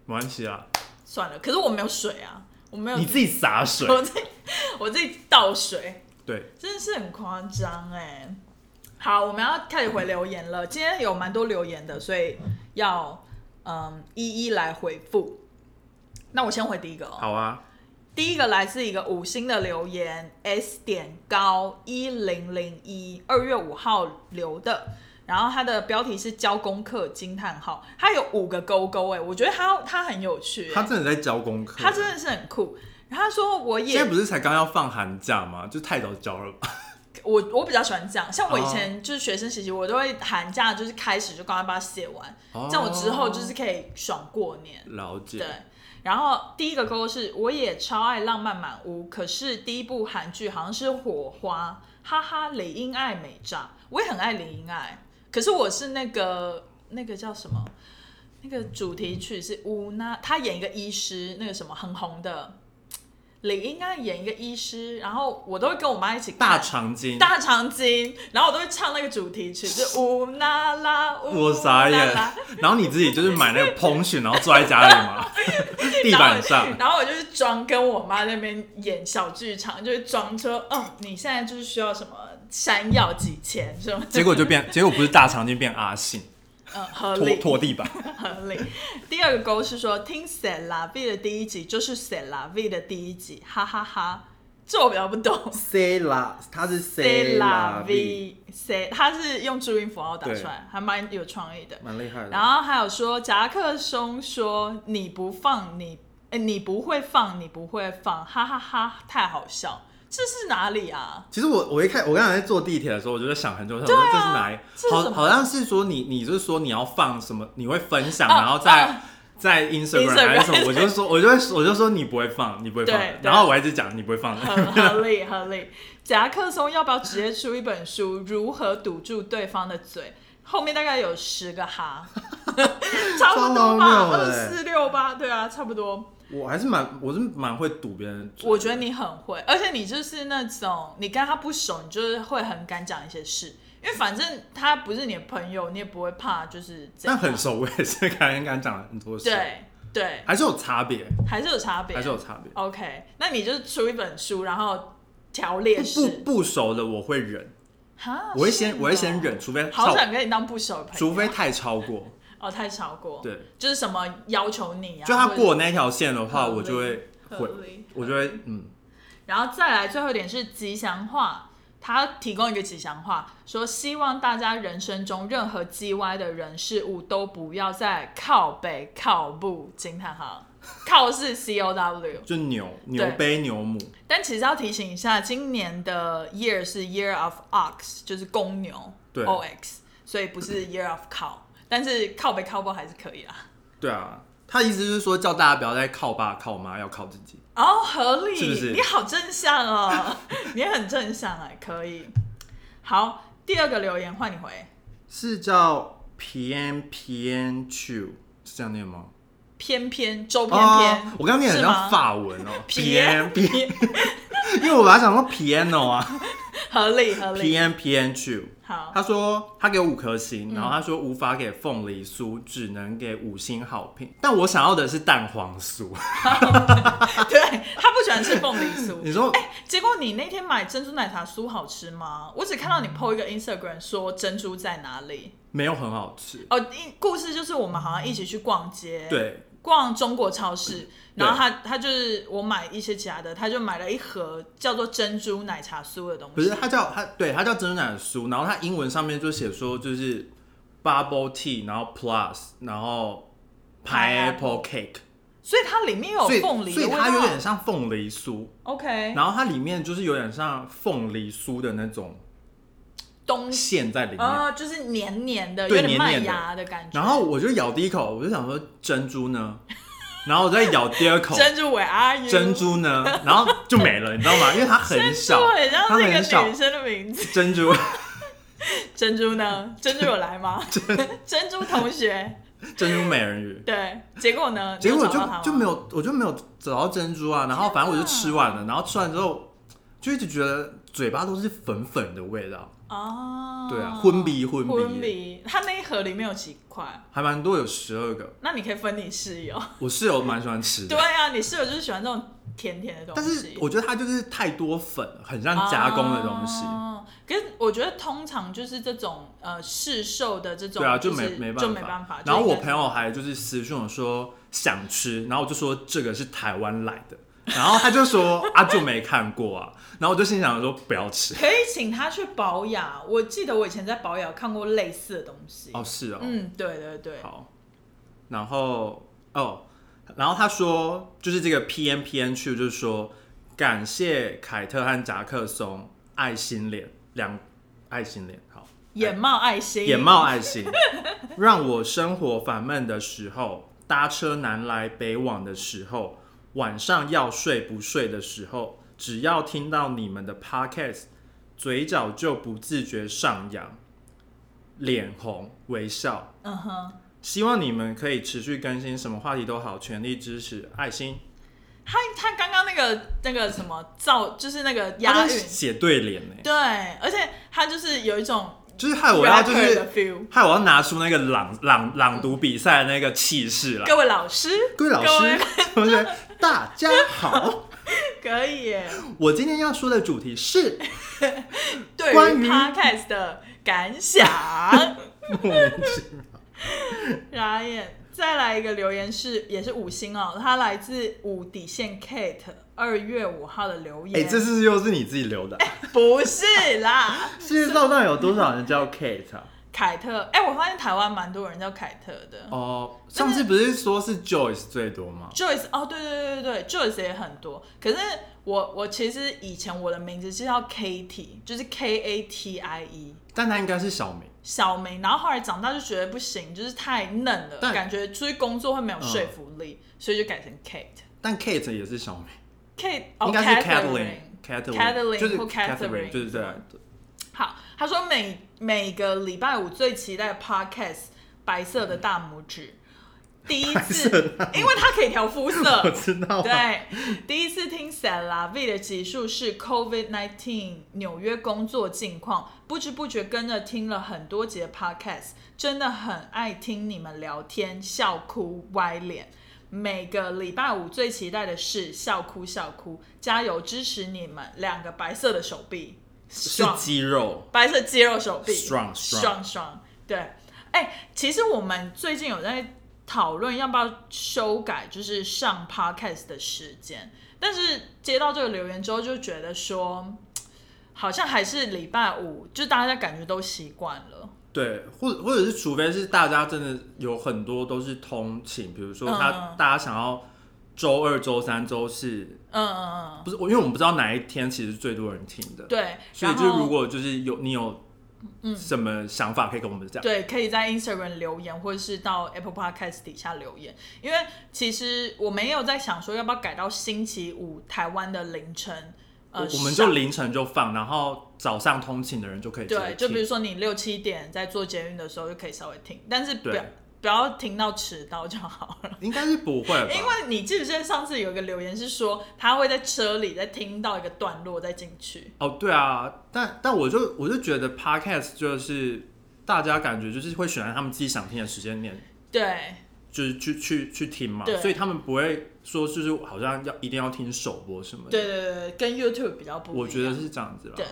[SPEAKER 2] 没关系啊，
[SPEAKER 1] 算了，可是我没有水啊，我没有，
[SPEAKER 2] 你自己洒水。
[SPEAKER 1] 我自己我自己倒水，
[SPEAKER 2] 对，
[SPEAKER 1] 真的是很夸张哎。好，我们要开始回留言了。今天有蛮多留言的，所以要嗯一一来回复。那我先回第一个哦。
[SPEAKER 2] 好啊，
[SPEAKER 1] 第一个来自一个五星的留言，S 点高一零零一，二月五号留的。然后它的标题是交功课惊叹号，它有五个勾勾哎，我觉得它它很有趣、哎
[SPEAKER 2] 他真的在教功课，
[SPEAKER 1] 他真的是很酷。然后他说我
[SPEAKER 2] 现
[SPEAKER 1] 也
[SPEAKER 2] 在不是才刚要放寒假吗？就太早教了吧？
[SPEAKER 1] 我我比较喜欢这样，像我以
[SPEAKER 2] 哦
[SPEAKER 1] 前就是学生时期，我都会寒假就是开始就赶快把它写完，
[SPEAKER 2] 哦
[SPEAKER 1] 这样我之后就是可以爽过年。
[SPEAKER 2] 了解，
[SPEAKER 1] 对，然后第一个勾是我也超爱浪漫满屋，可是第一部韩剧好像是《火花》，哈哈，李英爱美炸，我也很爱李英爱，可是我是那个那个叫什么？那个主题曲是乌娜，她演一个医师，那个什么很红的，李英爱演一个医师，然后我都会跟我妈一起看
[SPEAKER 2] 大长今，
[SPEAKER 1] 大长今，然后我都会唱那个主题曲，就是乌啦啦，乌
[SPEAKER 2] 我傻
[SPEAKER 1] 啦
[SPEAKER 2] 眼
[SPEAKER 1] 啦。。
[SPEAKER 2] 然后你自己就是买那个蓬裙，然后坐在家里 嘛，地板上。
[SPEAKER 1] 然后我就是装跟我妈那边演小剧场，就是装说，嗯，你现在就是需要什么山药几钱什么的，
[SPEAKER 2] 结果就变，结果不是大长今变阿信，
[SPEAKER 1] 嗯，合
[SPEAKER 2] 拖
[SPEAKER 1] 理
[SPEAKER 2] 拖地 板。
[SPEAKER 1] 合理。第二个勾是说，听《塞拉 V》的第一集就是《塞拉 V》的第一集，哈哈哈这我比较不懂。
[SPEAKER 2] C 啦，他是
[SPEAKER 1] 塞拉 V，塞，他是用注音符号打出来，还蛮有创意的。
[SPEAKER 2] 蛮厉害
[SPEAKER 1] 然。后还有说，夹克松说你不放你，哎、你不会放，你不会放，哈哈哈太好笑。这是哪里 啊？
[SPEAKER 2] 其实我我一开我刚才在坐地铁的时候，我就在想很久，想说这是哪一
[SPEAKER 1] 这是什
[SPEAKER 2] 好
[SPEAKER 1] 么
[SPEAKER 2] 好像是说你你就是说你要放什么，你会分享，
[SPEAKER 1] 啊
[SPEAKER 2] 然后再
[SPEAKER 1] 啊
[SPEAKER 2] 在
[SPEAKER 1] Instagram
[SPEAKER 2] Instagram 还是什么，我就说我就会我就说你不会放，你不会放
[SPEAKER 1] 对，对嗯
[SPEAKER 2] 然后我还一直讲你不会放，
[SPEAKER 1] 很合理，合理。夹克松要不要直接出一本书？如何堵住对方的嘴？后面大概有十个 哈，差不多吧
[SPEAKER 2] 超，荒谬欸
[SPEAKER 1] 二
[SPEAKER 2] 的
[SPEAKER 1] 四六八，对啊，差不多。
[SPEAKER 2] 我还是蛮我是蛮会堵别人的嘴，
[SPEAKER 1] 我觉得你很会，而且你就是那种你跟他不熟，你就是会很敢讲一些事，因为反正他不是你的朋友，你也不会怕，就是这
[SPEAKER 2] 但
[SPEAKER 1] 样。
[SPEAKER 2] 很熟，我也是刚刚刚讲了很多事，，
[SPEAKER 1] 对对，啊
[SPEAKER 2] 还是有差别，
[SPEAKER 1] 还是有差别，
[SPEAKER 2] 还是有差别。
[SPEAKER 1] OK。那你就是出一本书，然后条列
[SPEAKER 2] 不
[SPEAKER 1] 式，
[SPEAKER 2] 不熟的我会忍，
[SPEAKER 1] 哈，
[SPEAKER 2] 我会
[SPEAKER 1] 哦是
[SPEAKER 2] 先
[SPEAKER 1] 哦
[SPEAKER 2] 我会先，忍，除非
[SPEAKER 1] 好
[SPEAKER 2] 超，
[SPEAKER 1] 想跟你当不熟的朋友，
[SPEAKER 2] 除非太超过，
[SPEAKER 1] 哦太超过，，
[SPEAKER 2] 对，
[SPEAKER 1] 就是什么要求你啊，
[SPEAKER 2] 就他
[SPEAKER 1] 或者
[SPEAKER 2] 过那条线的话，
[SPEAKER 1] 合理
[SPEAKER 2] 我就会
[SPEAKER 1] 合
[SPEAKER 2] 会，
[SPEAKER 1] 理，
[SPEAKER 2] 我就会嗯，
[SPEAKER 1] 然后再来最后一点是吉祥话，他提供一个吉祥话，说希望大家人生中任何叽歪的人事物都不要再靠北靠步惊叹号，靠是 C O W。
[SPEAKER 2] 就牛牛背牛母，
[SPEAKER 1] 但其实要提醒一下，今年的 year 是 year of ox，就是公牛
[SPEAKER 2] 对
[SPEAKER 1] O X，所以不是 year of cow，但是靠北靠步还是可以啦。
[SPEAKER 2] 对啊，他意思就是说叫大家不要再靠爸靠妈，要靠自己。
[SPEAKER 1] 哦，合理，
[SPEAKER 2] 是不是
[SPEAKER 1] 啊你好正向哦，你也很正向哎，可以。好，第二个留言换你回
[SPEAKER 2] 是叫 p n p n Chu，是这样念吗？
[SPEAKER 1] 偏偏周偏偏，
[SPEAKER 2] 哦我刚刚念很
[SPEAKER 1] 是
[SPEAKER 2] 像
[SPEAKER 1] 吗
[SPEAKER 2] 法文 哦 p n
[SPEAKER 1] Pien
[SPEAKER 2] p n 因为我本来想说 piano 啊
[SPEAKER 1] 合理合
[SPEAKER 2] p
[SPEAKER 1] 理。
[SPEAKER 2] n p n Chu。
[SPEAKER 1] 好，
[SPEAKER 2] 他说他给五颗星，然后他说无法给凤梨酥，只能给五星好评。但我想要的是蛋黄酥。
[SPEAKER 1] 对他不喜欢吃凤梨酥。
[SPEAKER 2] 你说
[SPEAKER 1] 结果你那天买珍珠奶茶酥好吃吗？我只看到你
[SPEAKER 2] 嗯
[SPEAKER 1] PO 一个 Instagram 说珍珠在哪里。
[SPEAKER 2] 没有很好吃？
[SPEAKER 1] 哦，一故事就是我们好像一起去逛街，，
[SPEAKER 2] 对，
[SPEAKER 1] 逛中国超市，然后他他就是我买一些其他的，他就买了一盒叫做珍珠奶茶酥的东
[SPEAKER 2] 不
[SPEAKER 1] 西
[SPEAKER 2] 是。它叫它对它叫珍珠奶酥，然后它英文上面就写说就是 bubble tea，然后 plus，然后 pineapple
[SPEAKER 1] Pineapple
[SPEAKER 2] cake，
[SPEAKER 1] 所以它里面有
[SPEAKER 2] 所以
[SPEAKER 1] 凤梨
[SPEAKER 2] 所
[SPEAKER 1] 的
[SPEAKER 2] 以
[SPEAKER 1] 味
[SPEAKER 2] 它有
[SPEAKER 1] 道
[SPEAKER 2] 点。像凤梨酥，
[SPEAKER 1] OK，
[SPEAKER 2] 然后它里面就是有点像凤梨酥的那种
[SPEAKER 1] 东西
[SPEAKER 2] 馅在里面。
[SPEAKER 1] 啊、就是黏黏的，有
[SPEAKER 2] 对
[SPEAKER 1] 点
[SPEAKER 2] 黏
[SPEAKER 1] 麦
[SPEAKER 2] 黏的
[SPEAKER 1] 芽的感觉。
[SPEAKER 2] 然后我就咬第一口，我就想说珍珠呢，然后我再咬第二 口，
[SPEAKER 1] 珍珠尾阿姨，
[SPEAKER 2] 珍珠呢，然后就没了，你知道吗？因为它很 小，
[SPEAKER 1] 对，像
[SPEAKER 2] 它
[SPEAKER 1] 是一个
[SPEAKER 2] 很小
[SPEAKER 1] 女，生的名字。
[SPEAKER 2] 珍珠
[SPEAKER 1] 珍珠呢？珍珠有来 吗？ 珍珠同学，
[SPEAKER 2] 珍珠美人鱼。
[SPEAKER 1] 对，结果呢？
[SPEAKER 2] 结果
[SPEAKER 1] 你有找到她
[SPEAKER 2] 就
[SPEAKER 1] 吗
[SPEAKER 2] 就没有，我就没有找到珍珠啊。然后反正我就吃完了，然后吃完之后就一直觉得嘴巴都是粉粉的味道，
[SPEAKER 1] 哦，
[SPEAKER 2] 对啊昏迷昏迷
[SPEAKER 1] 昏迷。它那一盒里面有几块？
[SPEAKER 2] 还蛮多，有十二个。
[SPEAKER 1] 那你可以分你室友。
[SPEAKER 2] 我室友蛮喜欢吃
[SPEAKER 1] 对
[SPEAKER 2] 的，
[SPEAKER 1] 啊，你室友就是喜欢这种甜甜的东
[SPEAKER 2] 但是
[SPEAKER 1] 西。
[SPEAKER 2] 我觉得它就是太多粉了，很像加工的东西。
[SPEAKER 1] 哦可是我觉得通常就是这种呃市售的这种，
[SPEAKER 2] 对啊，
[SPEAKER 1] 就
[SPEAKER 2] 就没
[SPEAKER 1] 是
[SPEAKER 2] 没
[SPEAKER 1] 就
[SPEAKER 2] 办
[SPEAKER 1] 没办法。
[SPEAKER 2] 然后
[SPEAKER 1] 就应
[SPEAKER 2] 我
[SPEAKER 1] 该
[SPEAKER 2] 朋友还就是私讯我说想吃，然后我就说这个是台湾来的，然后他就说啊就没看过啊，然后我就心想说不要吃。
[SPEAKER 1] 可以请他去保养。我记得我以前在保养看过类似的东西。
[SPEAKER 2] 哦，是哦，
[SPEAKER 1] 嗯，对对对，
[SPEAKER 2] 好，然后哦，然后他说就是这个 P N P N 去就是说感谢凯特和夹克松爱心脸两爱心脸好。
[SPEAKER 1] 眼冒爱心，
[SPEAKER 2] 眼冒爱心，让我生活烦闷的时候，搭车南来北往的时候，晚上要睡不睡的时候，只要听到你们的 podcast，嘴角就不自觉上扬，脸红微笑。
[SPEAKER 1] 嗯哼，
[SPEAKER 2] 希望你们可以持续更新，什么话题都好，全力支持，爱心。
[SPEAKER 1] 他他刚刚那个那个什么造，就是那个
[SPEAKER 2] 他
[SPEAKER 1] 押
[SPEAKER 2] 都
[SPEAKER 1] 韵，
[SPEAKER 2] 写对脸呢、
[SPEAKER 1] 对，而且他就是有一种
[SPEAKER 2] 就是害我要就
[SPEAKER 1] rapper
[SPEAKER 2] 是
[SPEAKER 1] 的 feel。
[SPEAKER 2] 害我要拿出那个朗朗朗读比赛的那个气势来。
[SPEAKER 1] 各位老师，
[SPEAKER 2] 各位老
[SPEAKER 1] 各
[SPEAKER 2] 师
[SPEAKER 1] 位，
[SPEAKER 2] 同学，大家好，
[SPEAKER 1] 可以 耶，
[SPEAKER 2] 我今天要说的主题是
[SPEAKER 1] 对
[SPEAKER 2] 关于
[SPEAKER 1] 于 podcast 的感想。
[SPEAKER 2] 莫名其妙。
[SPEAKER 1] 然眼，再来一个留言是也是五星哦，他来自五底线 Kate 二月五号的留
[SPEAKER 2] 哎、
[SPEAKER 1] 言，
[SPEAKER 2] 这次又是你自己 留的啊。
[SPEAKER 1] 不是啦，
[SPEAKER 2] 世界上到底有多少人叫 Kate 啊？
[SPEAKER 1] 凯特，哎、我发现台湾蛮多人叫凯特的、
[SPEAKER 2] 哦，上次不是说是 Joyce 最多吗？
[SPEAKER 1] Joyce，哦，对对对对对，Joyce 也很多。可是我我其实以前我的名字是叫 Katie，就是 K A T I E
[SPEAKER 2] 但她应该是小明。
[SPEAKER 1] 小名，然后后来长大就觉得不行，就是太嫩了，
[SPEAKER 2] 但
[SPEAKER 1] 感觉出去工作会
[SPEAKER 2] 嗯
[SPEAKER 1] 没有说服力，所以就改成 Kate。
[SPEAKER 2] 但 Kate 也是小明，
[SPEAKER 1] Kate 哦
[SPEAKER 2] 应该是
[SPEAKER 1] Catherine
[SPEAKER 2] Catherine，Catherine 就是
[SPEAKER 1] Catherine 或
[SPEAKER 2] Catherine，
[SPEAKER 1] Catherine
[SPEAKER 2] 就是对啊。
[SPEAKER 1] 好，他说每每个礼拜五最期待的 podcast 白色的大拇指，第一次，因为他可以调肤
[SPEAKER 2] 我
[SPEAKER 1] 色。
[SPEAKER 2] 知道、啊。
[SPEAKER 1] 对，第一次听 Sella V 的集数是 COVID nineteen 纽约工作近况，不知不觉跟着听了很多节 podcast，真的很爱听你们聊天，笑哭歪脸。每个礼拜五最期待的是笑哭笑哭，加油支持你们！两个白色的手臂，
[SPEAKER 2] 是
[SPEAKER 1] 爽
[SPEAKER 2] 肌肉。
[SPEAKER 1] 白色肌肉手臂，
[SPEAKER 2] Strong, strong
[SPEAKER 1] 爽爽，对，哎、其实我们最近有在讨论要不要修改，就是上 podcast 的时间，但是接到这个留言之后，就觉得说，好像还是礼拜五，就大家感觉都习惯了，
[SPEAKER 2] 对，或者或者是，除非是大家真的有很多都是通勤，比如说他、
[SPEAKER 1] 嗯嗯
[SPEAKER 2] 大家想要周二、周三、周四，
[SPEAKER 1] 嗯嗯
[SPEAKER 2] 不是我，因为我们不知道哪一天其实是最多人听的
[SPEAKER 1] 嗯，，对，
[SPEAKER 2] 所以
[SPEAKER 1] 然
[SPEAKER 2] 就
[SPEAKER 1] 后嗯
[SPEAKER 2] 如果就是有你有什么想法可以跟我们讲，
[SPEAKER 1] 对，可以在 Instagram 留言，或者是到 Apple Podcast 底下留言。因为其实我没有在想说要不要改到星期五台湾的凌晨，呃，
[SPEAKER 2] 我们就
[SPEAKER 1] 上
[SPEAKER 2] 凌晨就放，然后早上通勤的人就可以直接
[SPEAKER 1] 对，就
[SPEAKER 2] 听
[SPEAKER 1] 比如说你六七点在做捷运的时候就可以稍微听，但是不
[SPEAKER 2] 对
[SPEAKER 1] 要不要听到迟到就好了。
[SPEAKER 2] 应该是不会吧？
[SPEAKER 1] 因为你记不记得上次有一个留言是说他会在车里再听到一个段落再进去，
[SPEAKER 2] 哦，对啊，但但我就我就觉得 podcast 就是大家感觉就是会选在他们自己想听的时间点，
[SPEAKER 1] 对
[SPEAKER 2] 就是去去去听嘛
[SPEAKER 1] 对，
[SPEAKER 2] 所以他们不会说就是好像要一定要听首播什么的。
[SPEAKER 1] 对对对，对跟 YouTube 比较不一样，
[SPEAKER 2] 我觉得是这样子啦。
[SPEAKER 1] 对，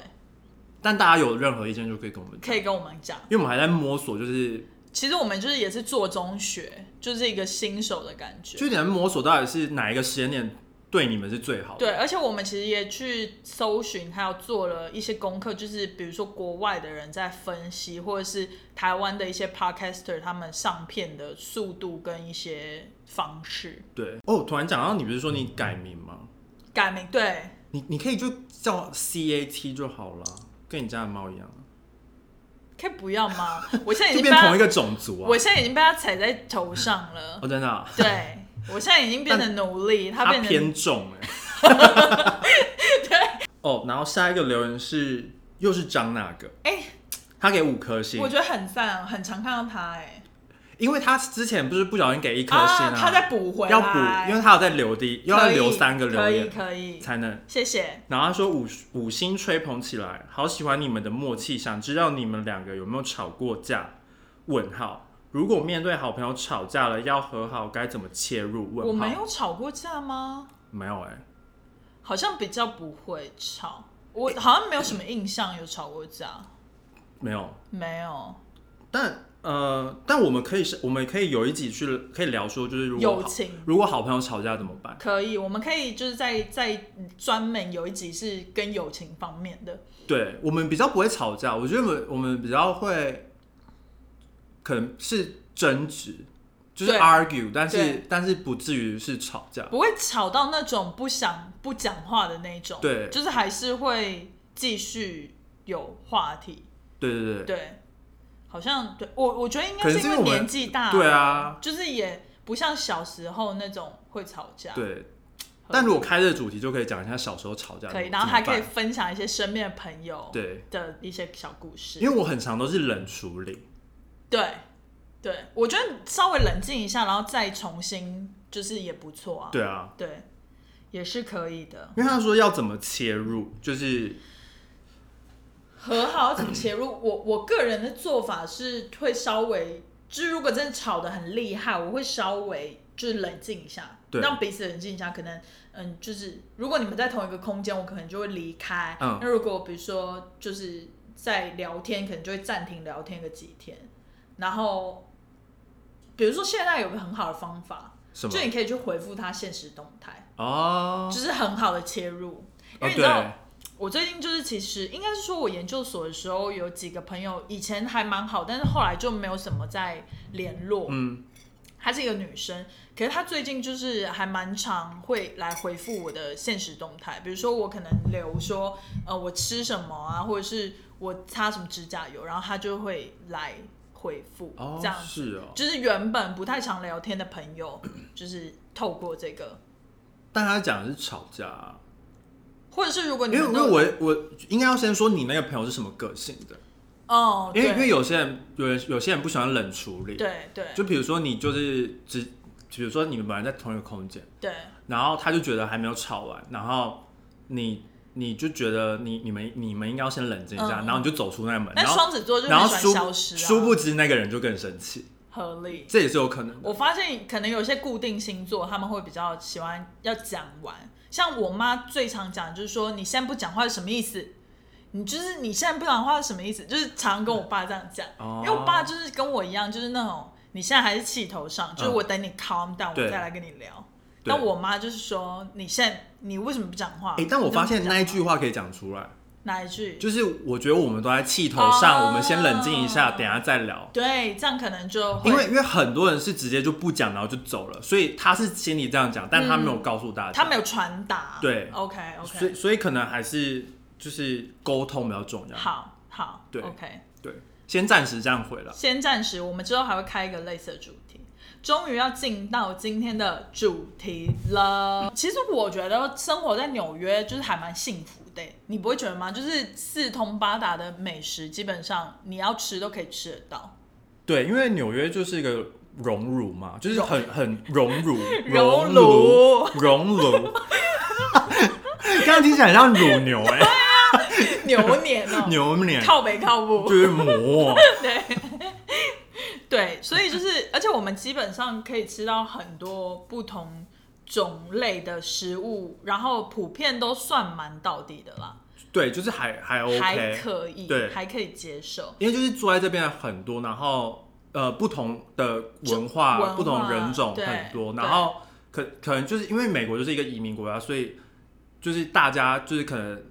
[SPEAKER 2] 但大家有任何意见就可以跟我们讲，
[SPEAKER 1] 可以跟我们讲。
[SPEAKER 2] 因为我们还在摸索，就是
[SPEAKER 1] 其实我们就是也是做中学，就是一个新手的感觉
[SPEAKER 2] 就。有点摸索到底是哪一个时间点对你们是最好的。
[SPEAKER 1] 对，而且我们其实也去搜寻，还有做了一些功课，就是比如说国外的人在分析，或者是台湾的一些 podcaster 他们上片的速度跟一些方式
[SPEAKER 2] 对哦，突然讲到你不是说你改名吗？
[SPEAKER 1] 改名。对，
[SPEAKER 2] 你你可以就叫 CAT 就好了，跟你家的猫一样，
[SPEAKER 1] 可以不要吗？我现在已
[SPEAKER 2] 就
[SPEAKER 1] 经被
[SPEAKER 2] 变同
[SPEAKER 1] 他
[SPEAKER 2] 一，个种族啊
[SPEAKER 1] 我。现在已经被他踩在头上了。
[SPEAKER 2] 哦，真的、啊，
[SPEAKER 1] 对，我现在已经变成奴隶，他变成
[SPEAKER 2] 偏重 哎、对。哦，然后下一个留言是又是张那个，
[SPEAKER 1] 哎
[SPEAKER 2] 他给五颗星
[SPEAKER 1] 我，觉得很赞啊，很常看到他哎、
[SPEAKER 2] 因为他之前不是不小心给一颗星啊
[SPEAKER 1] 啊他再补回来，
[SPEAKER 2] 要补，因为他有在留的，又要
[SPEAKER 1] 可以
[SPEAKER 2] 留三个留言
[SPEAKER 1] 可以可以，
[SPEAKER 2] 才能。
[SPEAKER 1] 谢谢。
[SPEAKER 2] 然后他说五五星吹捧起来，好喜欢你们的默契，想知道你们两个有没有吵过架？问号。如果面对好朋友吵架了，要和好该怎么切入？问
[SPEAKER 1] 我
[SPEAKER 2] 号。
[SPEAKER 1] 没有吵过架吗？
[SPEAKER 2] 没有哎、
[SPEAKER 1] 好像比较不会吵，我好像没有什么印象有吵过架，
[SPEAKER 2] 没有。
[SPEAKER 1] 没有
[SPEAKER 2] 但呃，但我们可以是，我们可以有一集去可以聊说，就是如果
[SPEAKER 1] 友
[SPEAKER 2] 好
[SPEAKER 1] 情。
[SPEAKER 2] 如果好朋友吵架怎么办？
[SPEAKER 1] 可以，我们可以就是在在专门有一集是跟友情方面的，
[SPEAKER 2] 对我们比较不会吵架，我觉得我们我们比较会，可能是争执，就是
[SPEAKER 1] 对
[SPEAKER 2] argue，但是
[SPEAKER 1] 对
[SPEAKER 2] 但是不至于是吵架。
[SPEAKER 1] 不会吵到那种不想不讲话的那种，
[SPEAKER 2] 对
[SPEAKER 1] 就是还是会继续有话题，
[SPEAKER 2] 对对对，
[SPEAKER 1] 对，好像对我我觉得应该
[SPEAKER 2] 可
[SPEAKER 1] 是
[SPEAKER 2] 能是
[SPEAKER 1] 因
[SPEAKER 2] 因
[SPEAKER 1] 为
[SPEAKER 2] 为我们
[SPEAKER 1] 年纪大，
[SPEAKER 2] 对，啊，
[SPEAKER 1] 就是也不像小时候那种会吵架，
[SPEAKER 2] 对。但如果开这个主题，就可以讲一下小时候吵架怎么，
[SPEAKER 1] 可以，然后还可以
[SPEAKER 2] 怎么
[SPEAKER 1] 分享一些身边的朋友
[SPEAKER 2] 办对，
[SPEAKER 1] 的一些小故事。
[SPEAKER 2] 因为我很常都是冷处理，
[SPEAKER 1] 对对，我觉得稍微冷静一下，然后再重新，就是也不错啊。
[SPEAKER 2] 对啊，
[SPEAKER 1] 对也是可以的。
[SPEAKER 2] 因为他说要怎么切入，就是
[SPEAKER 1] 和好怎么切入？我我个人的做法是会稍微，就是如果真的吵得很厉害，我会稍微就是冷静一下，
[SPEAKER 2] 对
[SPEAKER 1] 让彼此冷静一下。可能嗯，就是如果你们在同一个空间，我可能就会离开。
[SPEAKER 2] 嗯
[SPEAKER 1] 那如果比如说就是在聊天，可能就会暂停聊天个几天。然后比如说现在有个很好的方法，
[SPEAKER 2] 什么
[SPEAKER 1] 就你可以去回复他现实动态，
[SPEAKER 2] 哦，
[SPEAKER 1] 就是很好的切入，因为
[SPEAKER 2] 哦
[SPEAKER 1] 你知道。
[SPEAKER 2] 对，
[SPEAKER 1] 我最近就是，其实应该是说，我研究所的时候有几个朋友，以前还蛮好，但是后来就没有什么再联络。
[SPEAKER 2] 嗯，
[SPEAKER 1] 她是一个女生，可是她最近就是还蛮常会来回复我的现实动态，比如说我可能留说，呃，我吃什么啊，或者是我擦什么指甲油，然后她就会来回复，
[SPEAKER 2] 哦
[SPEAKER 1] 这样子。
[SPEAKER 2] 是哦，
[SPEAKER 1] 就是原本不太常聊天的朋友，就是透过这个，
[SPEAKER 2] 但他讲的是吵架、啊，
[SPEAKER 1] 或者是如果
[SPEAKER 2] 因
[SPEAKER 1] 哦你
[SPEAKER 2] 为
[SPEAKER 1] 们
[SPEAKER 2] 因
[SPEAKER 1] 都
[SPEAKER 2] 为我我应该要先说你那个朋友是什么个性的，
[SPEAKER 1] 哦，
[SPEAKER 2] 因为
[SPEAKER 1] 对
[SPEAKER 2] 因为有些人有人有些人不喜欢冷处理，
[SPEAKER 1] 对对
[SPEAKER 2] 就比如说你就是只，比如说你们本来在同一个空间，
[SPEAKER 1] 对。
[SPEAKER 2] 然后他就觉得还没有吵完，然后你你就觉得你你们你们应该要先冷静一下，
[SPEAKER 1] 嗯
[SPEAKER 2] 然后你就走出那个门，
[SPEAKER 1] 但
[SPEAKER 2] 然后
[SPEAKER 1] 双子座就
[SPEAKER 2] 然
[SPEAKER 1] 很
[SPEAKER 2] 后
[SPEAKER 1] 喜欢
[SPEAKER 2] 殊
[SPEAKER 1] 消失、啊，
[SPEAKER 2] 殊不知那个人就更生气，
[SPEAKER 1] 合理。
[SPEAKER 2] 这也是有可能的。
[SPEAKER 1] 我发现可能有些固定星座他们会比较喜欢要讲完，像我妈最常讲就是说你现在不讲话是什么意思？你就是你现在不讲话是什么意思？就是常跟我爸这样讲，
[SPEAKER 2] 哦
[SPEAKER 1] 因为我爸就是跟我一样，就是那种你现在还是气头上，就是我等你 calm down
[SPEAKER 2] 嗯对
[SPEAKER 1] 我再来跟你聊。
[SPEAKER 2] 对
[SPEAKER 1] 但我妈就是说你现在你为什么不讲话？
[SPEAKER 2] 哎、但我发
[SPEAKER 1] 你
[SPEAKER 2] 现
[SPEAKER 1] 怎么
[SPEAKER 2] 那
[SPEAKER 1] 不
[SPEAKER 2] 一
[SPEAKER 1] 讲话
[SPEAKER 2] 句话可以讲出来，
[SPEAKER 1] 哪一句？
[SPEAKER 2] 就是我觉得我们都在气头
[SPEAKER 1] 哦
[SPEAKER 2] 上，我们先冷静一下，等一下再聊。
[SPEAKER 1] 对，这样可能就哦会
[SPEAKER 2] 因为因为很多人是直接就不讲，然后就走了，所以他是心里这样讲，但他没有告诉大家，
[SPEAKER 1] 嗯他没有传达。
[SPEAKER 2] 对
[SPEAKER 1] ，OK OK，
[SPEAKER 2] 所以所以可能还是就是沟通比较重要。
[SPEAKER 1] 好好，
[SPEAKER 2] 对
[SPEAKER 1] o k
[SPEAKER 2] 对，先暂时这样回了。
[SPEAKER 1] 先暂时，我们之后还会开一个类似的主题。终于要进到今天的主题了。其实我觉得生活在纽约就是还蛮幸福的，你不会觉得吗？就是四通八达的美食，基本上你要吃都可以吃得 到。
[SPEAKER 2] 对，因为纽约就是一个熔炉嘛，就是很很熔 炉，
[SPEAKER 1] 熔
[SPEAKER 2] 炉
[SPEAKER 1] 炉，
[SPEAKER 2] 熔炉。 刚刚听起来很像乳牛哎、
[SPEAKER 1] 牛年哦、
[SPEAKER 2] 牛脸
[SPEAKER 1] 靠北靠
[SPEAKER 2] 就
[SPEAKER 1] 不，
[SPEAKER 2] 是 磨，
[SPEAKER 1] 对对，所以就是，而且我们基本上可以吃到很多不同种类的食物，然后普遍都算蛮到底的啦。
[SPEAKER 2] 对，就是还还 OK，
[SPEAKER 1] 还可以，
[SPEAKER 2] 对
[SPEAKER 1] 还可以接受。
[SPEAKER 2] 因为就是住在这边很多，然后呃不同的文化、
[SPEAKER 1] 文化
[SPEAKER 2] 不同人种
[SPEAKER 1] 对
[SPEAKER 2] 很多，
[SPEAKER 1] 对
[SPEAKER 2] 然后可可能就是因为美国就是一个移民国家，所以就是大家就是可能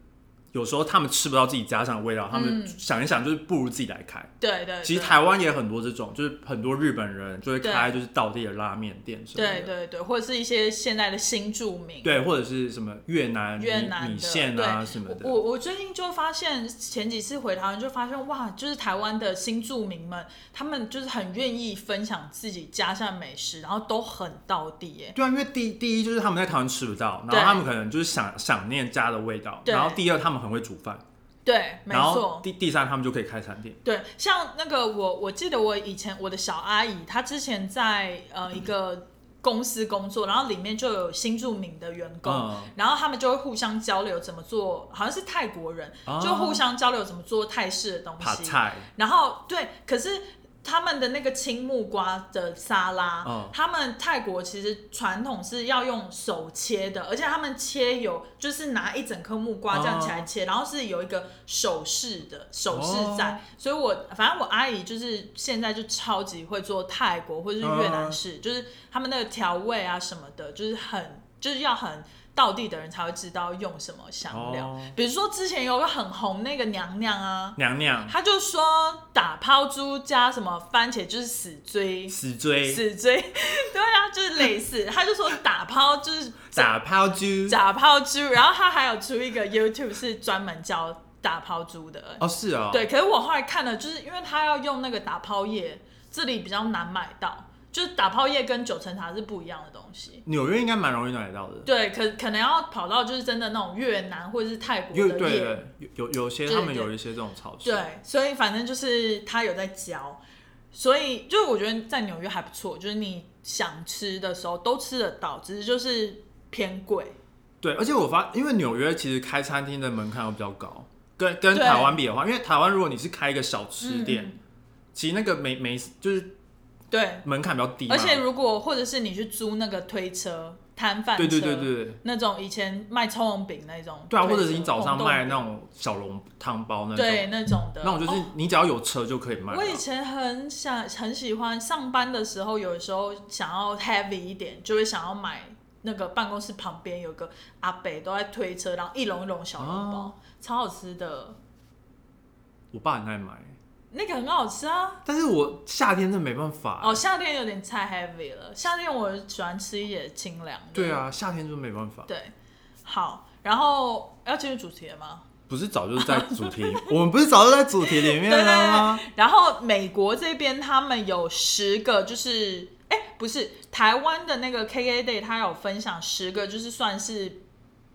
[SPEAKER 2] 有时候他们吃不到自己家乡的味道，他们
[SPEAKER 1] 嗯
[SPEAKER 2] 想一想就是不如自己来开。
[SPEAKER 1] 对对，
[SPEAKER 2] 其实
[SPEAKER 1] 对
[SPEAKER 2] 台湾也很多这种，就是很多日本人就会
[SPEAKER 1] 对
[SPEAKER 2] 开就是道地的拉面店什么的，
[SPEAKER 1] 对对对，或者是一些现在的新著名，
[SPEAKER 2] 对啊或者是什么越南
[SPEAKER 1] 越
[SPEAKER 2] 米
[SPEAKER 1] 南
[SPEAKER 2] 米
[SPEAKER 1] 的
[SPEAKER 2] 线啊什么
[SPEAKER 1] 我
[SPEAKER 2] 的，
[SPEAKER 1] 我我最近就发现，前几次回台湾就发现，哇，就是台湾的新住民们，他们就是很愿意分享自己家乡的美食，然后都很道地耶。
[SPEAKER 2] 对啊，因为第第一就是他们在台湾吃不到，然
[SPEAKER 1] 对
[SPEAKER 2] 后他们可能就是想想念家的味道，
[SPEAKER 1] 对
[SPEAKER 2] 然后第二他们很会煮饭。
[SPEAKER 1] 对，没
[SPEAKER 2] 然后
[SPEAKER 1] 错。
[SPEAKER 2] 第第三，他们就可以开餐店。
[SPEAKER 1] 对，像那个我我记得我以前我的小阿姨，她之前在呃一个公司工作，然后里面就有新住民的员工，
[SPEAKER 2] 嗯
[SPEAKER 1] 然后他们就会互相交流怎么做，好像是泰国人，
[SPEAKER 2] 哦
[SPEAKER 1] 就互相交流怎么做泰式的东
[SPEAKER 2] 爬
[SPEAKER 1] 西。
[SPEAKER 2] 菜，
[SPEAKER 1] 然后对，可是他们的那个青木瓜的沙拉，
[SPEAKER 2] 嗯
[SPEAKER 1] 他们泰国其实传统是要用手切的，而且他们切有就是拿一整颗木瓜这样起来切，然后是有一个手势的手势在，
[SPEAKER 2] 哦
[SPEAKER 1] 所以我反正我阿姨就是现在就超级会做泰国或者是越南式，
[SPEAKER 2] 嗯
[SPEAKER 1] 就是他们那个调味啊什么的，就是很就是要很。道地的人才会知道用什么香料，
[SPEAKER 2] 哦
[SPEAKER 1] 比如说之前有个很红那个娘娘啊，
[SPEAKER 2] 娘娘
[SPEAKER 1] 他就说打抛猪加什么番茄就是死追，
[SPEAKER 2] 死追
[SPEAKER 1] 死追， 对啊，就是类似。 他就说打抛就是
[SPEAKER 2] 打抛猪。
[SPEAKER 1] 打抛猪，然后他还有出一个 YouTube 是专门教打抛猪的。
[SPEAKER 2] 哦，是哦，
[SPEAKER 1] 对，可是我后来看了，就是因为他要用那个打抛叶，这里比较难买到，就是打抛叶跟九层塔是不一样的东西。
[SPEAKER 2] 纽约应该蛮容易买到的，
[SPEAKER 1] 对，可可能要跑到就是真的那种越南或者是泰国
[SPEAKER 2] 因为
[SPEAKER 1] 的
[SPEAKER 2] 对
[SPEAKER 1] 叶
[SPEAKER 2] 对，有有有些
[SPEAKER 1] 对
[SPEAKER 2] 他们
[SPEAKER 1] 对
[SPEAKER 2] 有一些这种超市，
[SPEAKER 1] 对，所以反正就是他有在教，所以就是我觉得在纽约还不错，就是你想吃的时候都吃得到，只是就是偏贵。
[SPEAKER 2] 对，而且我发，因为纽约其实开餐厅的门槛又比较高，跟跟
[SPEAKER 1] 对
[SPEAKER 2] 台湾比的话，因为台湾如果你是开一个小吃
[SPEAKER 1] 嗯
[SPEAKER 2] 店，其实那个没没就是
[SPEAKER 1] 对，
[SPEAKER 2] 门槛比较低嘛，
[SPEAKER 1] 而且如果或者是你去租那个推车摊贩车，
[SPEAKER 2] 对对对对对
[SPEAKER 1] 那种以前卖葱油饼那种推车，
[SPEAKER 2] 对啊，或者是你早上
[SPEAKER 1] 红豆
[SPEAKER 2] 卖那种小笼汤包那种，
[SPEAKER 1] 对那种的，
[SPEAKER 2] 那种就是
[SPEAKER 1] 哦
[SPEAKER 2] 你只要有车就可以卖了，
[SPEAKER 1] 我以前很想很喜欢上班的时候，有时候想要 heavy 一点，就会想要买那个办公室旁边有个阿北都在推车，然后一笼一笼小笼包，
[SPEAKER 2] 哦
[SPEAKER 1] 超好吃的，
[SPEAKER 2] 我爸很爱买，
[SPEAKER 1] 那个很好吃啊。
[SPEAKER 2] 但是我夏天真的没办法，
[SPEAKER 1] 哦，夏天有点太 heavy 了，夏天我喜欢吃一点清凉的。
[SPEAKER 2] 对，啊，夏天就没办法，
[SPEAKER 1] 对，好，然后要进入主题了吗？
[SPEAKER 2] 不是早就是在主 题，我们不是早就在主题里面了吗？
[SPEAKER 1] 然后美国这边他们有十个，就是哎、不是台湾的那个 KK Day，他有分享十个，就是算是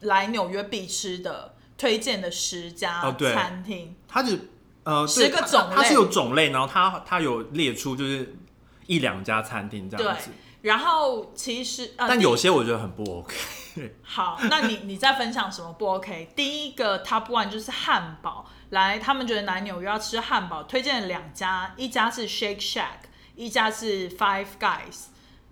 [SPEAKER 1] 来纽约必吃的推荐的十家
[SPEAKER 2] 哦对
[SPEAKER 1] 餐厅。
[SPEAKER 2] 它只呃
[SPEAKER 1] 十
[SPEAKER 2] 对
[SPEAKER 1] 个
[SPEAKER 2] 它
[SPEAKER 1] 种类
[SPEAKER 2] 它是有种类，然后它它有列出就是一两家餐厅这
[SPEAKER 1] 对
[SPEAKER 2] 样子，，
[SPEAKER 1] 然后其实呃，
[SPEAKER 2] 但
[SPEAKER 1] 第
[SPEAKER 2] 有些我觉得很不 OK。
[SPEAKER 1] 好，那你你再分享什么不 OK？第 一个 Top One 就是汉堡，来，他们觉得来纽约要吃汉堡，推荐了两家，一家是 Shake Shack，一家是 Five Guys。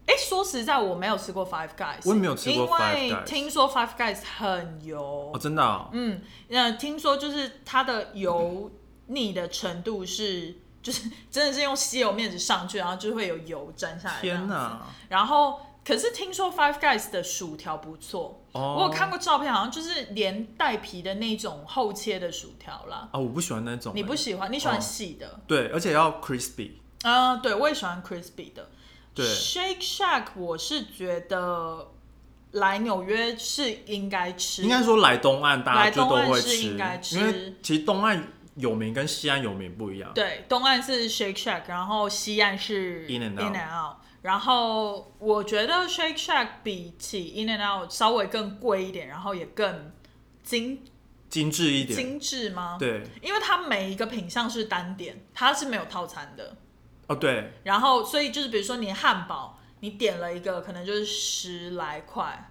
[SPEAKER 1] 哎，说实在，我没有吃过 Five Guys，
[SPEAKER 2] 我也没有吃过 Five
[SPEAKER 1] 因为
[SPEAKER 2] Guys
[SPEAKER 1] 听说 Five Guys 很油
[SPEAKER 2] 哦，，真的哦、
[SPEAKER 1] 嗯，那听说就是它的油腻的程度是，就是真的是用吸油面纸上去，然后就会有油沾下来。
[SPEAKER 2] 天
[SPEAKER 1] 哪！
[SPEAKER 2] 哪！
[SPEAKER 1] 然后，可是听说 Five Guys 的薯条不错，
[SPEAKER 2] 哦，
[SPEAKER 1] 我有看过照片，好像就是连带皮的那种厚切的薯条啦。
[SPEAKER 2] 啊，我不喜欢那种、
[SPEAKER 1] 你不
[SPEAKER 2] 欸
[SPEAKER 1] 喜欢，你喜欢
[SPEAKER 2] 哦
[SPEAKER 1] 细的。
[SPEAKER 2] 对，而且要 crispy。
[SPEAKER 1] 嗯、对，我也喜欢 crispy 的。
[SPEAKER 2] 哦对
[SPEAKER 1] Shake Shack 我是觉得来纽约是应该吃，
[SPEAKER 2] 应该说来东岸大家就都
[SPEAKER 1] 来东
[SPEAKER 2] 会
[SPEAKER 1] 岸是
[SPEAKER 2] 吃，
[SPEAKER 1] 应该吃
[SPEAKER 2] 因为其实东岸有名跟西岸有名不一样。
[SPEAKER 1] 对，东岸是 Shake Shack，然后西岸是
[SPEAKER 2] In and
[SPEAKER 1] In and
[SPEAKER 2] Out
[SPEAKER 1] Out。然后我觉得 Shake Shack 比起 In and Out 稍微更贵一点，然后也更精
[SPEAKER 2] 精致一点，
[SPEAKER 1] 精致吗？，
[SPEAKER 2] 对，
[SPEAKER 1] 因为它每一个品相是单点，它是没有套餐的。
[SPEAKER 2] 哦对，
[SPEAKER 1] 然后所以就是比如说你汉堡，你点了一个可能就是十来块，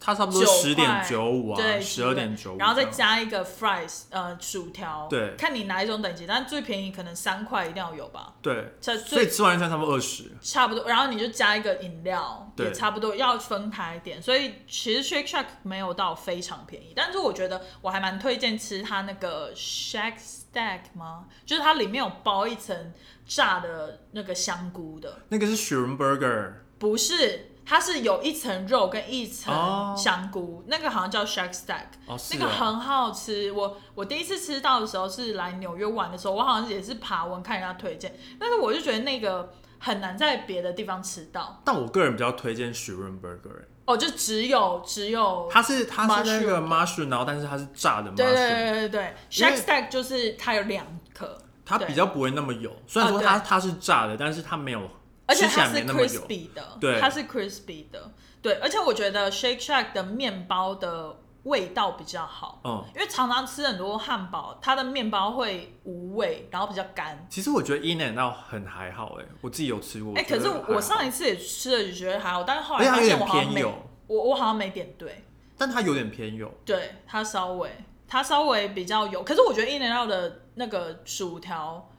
[SPEAKER 2] 它差不多
[SPEAKER 1] 9
[SPEAKER 2] 十点九五啊，
[SPEAKER 1] 对，
[SPEAKER 2] 十二点九五，
[SPEAKER 1] 然后再加一个 fries，呃，薯条，
[SPEAKER 2] 对
[SPEAKER 1] 看你哪一种等级，但最便宜可能三块一定要有吧，
[SPEAKER 2] 对，
[SPEAKER 1] 这
[SPEAKER 2] 所以
[SPEAKER 1] 最
[SPEAKER 2] 吃完一餐差不多二十，
[SPEAKER 1] 差不多，然后你就加一个饮料，
[SPEAKER 2] 对
[SPEAKER 1] 也差不多要分开一点，所以其实 Shake Shack 没有到非常便宜，但是我觉得我还蛮推荐吃它那个 Shack Stack 吗？就是它里面有包一层炸的那个香菇的，
[SPEAKER 2] 那个是 s h r m burger，
[SPEAKER 1] 不是，它是有一层肉跟一层
[SPEAKER 2] 哦
[SPEAKER 1] 香菇，那个好像叫 Shack Stack，、
[SPEAKER 2] 哦是
[SPEAKER 1] 那个
[SPEAKER 2] 哦，
[SPEAKER 1] 很好吃。我我第一次吃到的时候是来纽约玩的时候，我好像也是爬文看人家推荐，但是我就觉得那个很难在别的地方吃到，
[SPEAKER 2] 但我个人比较推荐 s h r m burger，欸
[SPEAKER 1] 哦，就只有只有。
[SPEAKER 2] 它是它是那个
[SPEAKER 1] Mushroom
[SPEAKER 2] mushroom，然后但是它是炸的
[SPEAKER 1] 对对
[SPEAKER 2] mushroom，
[SPEAKER 1] 对对对
[SPEAKER 2] 因为
[SPEAKER 1] ，Shack Stack 就是它有两颗，
[SPEAKER 2] 它比较不会那么油，虽然说它
[SPEAKER 1] 哦
[SPEAKER 2] 它是炸的，但是它没有，
[SPEAKER 1] 而且
[SPEAKER 2] 吃起
[SPEAKER 1] 它
[SPEAKER 2] 来
[SPEAKER 1] 是
[SPEAKER 2] 没那么油，
[SPEAKER 1] crispy 的，
[SPEAKER 2] 对
[SPEAKER 1] 它是 crispy 的，对，而且我觉得 Shake Shack 的面包的味道比较好，
[SPEAKER 2] 嗯。
[SPEAKER 1] 因为常常吃很多汉堡，它的面包会无味，然后比较干。
[SPEAKER 2] 其实我觉得 in and out 很还好哎、欸我自己有吃过。
[SPEAKER 1] 哎、
[SPEAKER 2] 觉
[SPEAKER 1] 可
[SPEAKER 2] 得
[SPEAKER 1] 是
[SPEAKER 2] 还好
[SPEAKER 1] 我上一次也吃了，就觉得还好，但是后
[SPEAKER 2] 而
[SPEAKER 1] 来
[SPEAKER 2] 且它
[SPEAKER 1] 发
[SPEAKER 2] 有
[SPEAKER 1] 现
[SPEAKER 2] 点
[SPEAKER 1] 我好像
[SPEAKER 2] 偏
[SPEAKER 1] 没，
[SPEAKER 2] 油
[SPEAKER 1] 我我好像没点对，
[SPEAKER 2] 但它有点偏油，
[SPEAKER 1] 对它稍微它稍微比较油，可是我觉得 In and Out 的那个薯条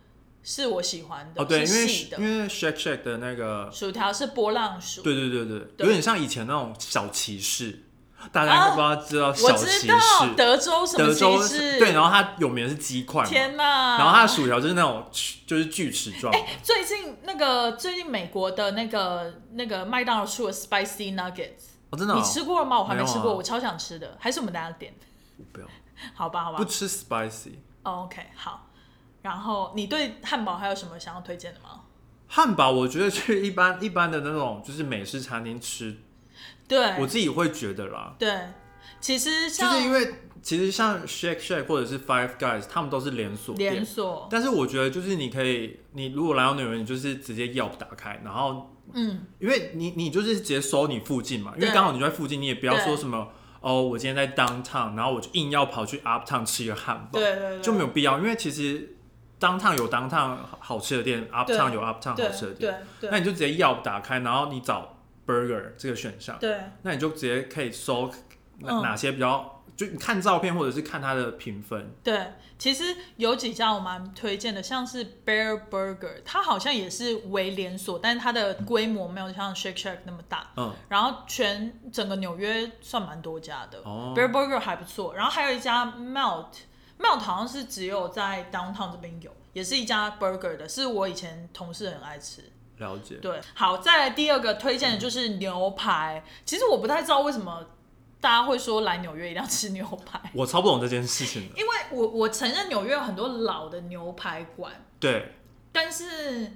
[SPEAKER 1] 是我喜欢的，
[SPEAKER 2] 哦，对，因
[SPEAKER 1] 是
[SPEAKER 2] 为
[SPEAKER 1] 细的
[SPEAKER 2] 因为 Shake Shake 的那个，
[SPEAKER 1] 薯条是波浪薯，
[SPEAKER 2] 对对对对，
[SPEAKER 1] 对
[SPEAKER 2] 有点像以前那种小骑士，大
[SPEAKER 1] 啊
[SPEAKER 2] 家应该不知道
[SPEAKER 1] 我
[SPEAKER 2] 小骑
[SPEAKER 1] 知
[SPEAKER 2] 士，
[SPEAKER 1] 道德州什么
[SPEAKER 2] 德州
[SPEAKER 1] 骑士，
[SPEAKER 2] 对，然后它有名的是鸡块嘛，
[SPEAKER 1] 天哪，
[SPEAKER 2] 然后它的薯条就是那种就是锯齿状，
[SPEAKER 1] 最近那个最近美国的那个那个麦当劳出了 Spicy Nuggets。
[SPEAKER 2] 哦，真的、哦，
[SPEAKER 1] 你吃过了吗？我还没吃
[SPEAKER 2] 没
[SPEAKER 1] 过，
[SPEAKER 2] 有啊
[SPEAKER 1] 我超想吃的，还是我们大家点？
[SPEAKER 2] 我不要，
[SPEAKER 1] 好吧，好吧
[SPEAKER 2] 不。吃 spicy。
[SPEAKER 1] 哦 OK，好。然后你对汉堡还有什么想要推荐的吗？
[SPEAKER 2] 汉堡，我觉得去一般一般的那种就是美式餐厅吃，我
[SPEAKER 1] 对，
[SPEAKER 2] 自己会觉得啦，
[SPEAKER 1] 对，其实
[SPEAKER 2] 就
[SPEAKER 1] 像
[SPEAKER 2] 是因为其实像 Shake Shake 或者是 Five Guys，他们都是连锁店
[SPEAKER 1] 连，锁，
[SPEAKER 2] 但是我觉得就是你可以，你如果来到纽约，你就是直接 Yelp 打开，然后
[SPEAKER 1] 嗯，
[SPEAKER 2] 因为你你就是直接搜你附近嘛，因为
[SPEAKER 1] 对
[SPEAKER 2] 刚好你就在附近，你也不要
[SPEAKER 1] 对
[SPEAKER 2] 说什么哦，我今天在 downtown，然后我就硬要跑去 uptown 吃一个汉堡，
[SPEAKER 1] 对对对，
[SPEAKER 2] 就没有必要，因为其实 downtown 有 downtown 好吃的店，uptown 有 uptown
[SPEAKER 1] 对
[SPEAKER 2] 好吃的店，
[SPEAKER 1] 对对
[SPEAKER 2] 那你就直接 Yelp 打开，然后你找 burger 这个选项，
[SPEAKER 1] 对
[SPEAKER 2] 那你就直接可以搜哪、
[SPEAKER 1] 嗯
[SPEAKER 2] 哪些比较，就你看照片或者是看它的评分，
[SPEAKER 1] 对。其实有几家我蛮推荐的，像是 Bear Burger，它好像也是为连锁，但是它的规模没有像 Shake Shack 那么大。
[SPEAKER 2] 嗯，
[SPEAKER 1] 然后全整个纽约算蛮多家的、
[SPEAKER 2] 哦
[SPEAKER 1] b e a r Burger 还不错，然后还有一家 Melt Melt 好像是只有在 Downtown 这边有，也是一家 Burger 的，是我以前同事很爱吃。
[SPEAKER 2] 了解，
[SPEAKER 1] 对，好，再来第二个推荐的就是牛排，其实我不太知道为什么大家会说来纽约一定要吃牛排，
[SPEAKER 2] 我超不懂这件事情的，
[SPEAKER 1] 因为我我承认纽约有很多老的牛排馆，
[SPEAKER 2] 对。
[SPEAKER 1] 但是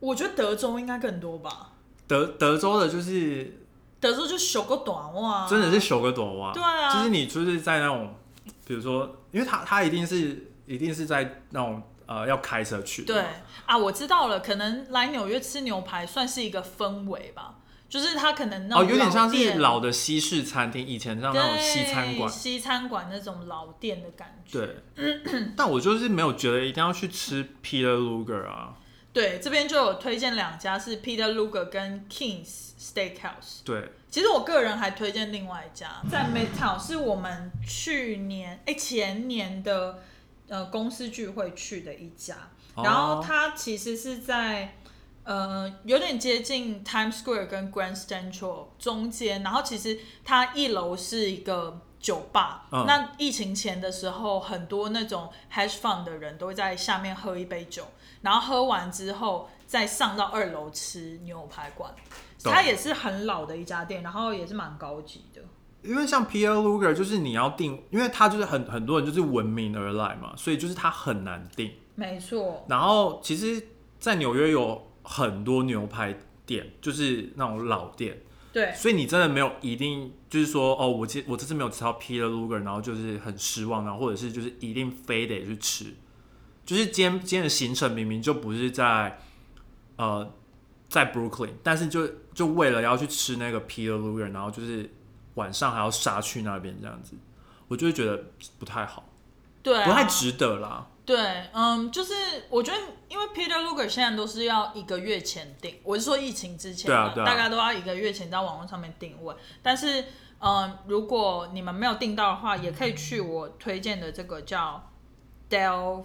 [SPEAKER 1] 我觉得德州应该更多吧，
[SPEAKER 2] 德德州的就是
[SPEAKER 1] 德州就小个短袜，啊
[SPEAKER 2] 真的是修个朵哇，
[SPEAKER 1] 对啊
[SPEAKER 2] 就是你就是在那种，比如说，因为他他一定是一定是在那种呃要开车去，
[SPEAKER 1] 对，啊，我知道了，可能来纽约吃牛排算是一个氛围吧，就是它可能那
[SPEAKER 2] 哦，
[SPEAKER 1] 种
[SPEAKER 2] 有点像是
[SPEAKER 1] 店
[SPEAKER 2] 老的西式餐厅，以前像那种
[SPEAKER 1] 对
[SPEAKER 2] 西餐馆，
[SPEAKER 1] 西餐馆那种老店的感觉。
[SPEAKER 2] 对。但我就是没有觉得一定要去吃 Peter Luger 啊，
[SPEAKER 1] 对，这边就有推荐两家是 Peter Luger 跟 Kings Steakhouse。
[SPEAKER 2] 对，
[SPEAKER 1] 其实我个人还推荐另外一家，在 Midtown 是我们去年哎前年的呃公司聚会去的一家，
[SPEAKER 2] 哦
[SPEAKER 1] 然后它其实是在呃有点接近 Times Square 跟 Grand Central 中间，然后其实它一楼是一个。酒吧，
[SPEAKER 2] 嗯
[SPEAKER 1] 那疫情前的时候，很多那种 hash fund 的人都会在下面喝一杯酒，然后喝完之后再上到二楼吃牛排馆。
[SPEAKER 2] 懂
[SPEAKER 1] 它也是很老的一家店，然后也是蛮高级的。
[SPEAKER 2] 因为像 Peter Luger 就是你要定，因为他就是很很多人就是闻名而来嘛，所以就是他很难定。
[SPEAKER 1] 没错，
[SPEAKER 2] 然后其实，在纽约有很多牛排店，就是那种老店，
[SPEAKER 1] 对
[SPEAKER 2] 所以你真的没有一定就是说哦，我这我这次没有吃到 Peter Luger，然后就是很失望，然后或者是就是一定非得去吃，就是今天今天的行程明明就不是在呃在 Brooklyn，但是就就为了要去吃那个 Peter Luger，然后就是晚上还要杀去那边这样子，我就会觉得不太好，
[SPEAKER 1] 对、啊，
[SPEAKER 2] 不太值得啦。
[SPEAKER 1] 对，嗯，就是我觉得，因为 Peter Luger 现在都是要一个月前订，我是说疫情之前
[SPEAKER 2] 对啊
[SPEAKER 1] 嘛
[SPEAKER 2] 对啊
[SPEAKER 1] 大家都要一个月前到网络上面定位。但是，嗯，如果你们没有订到的话，也可以去我推荐的这个叫 Del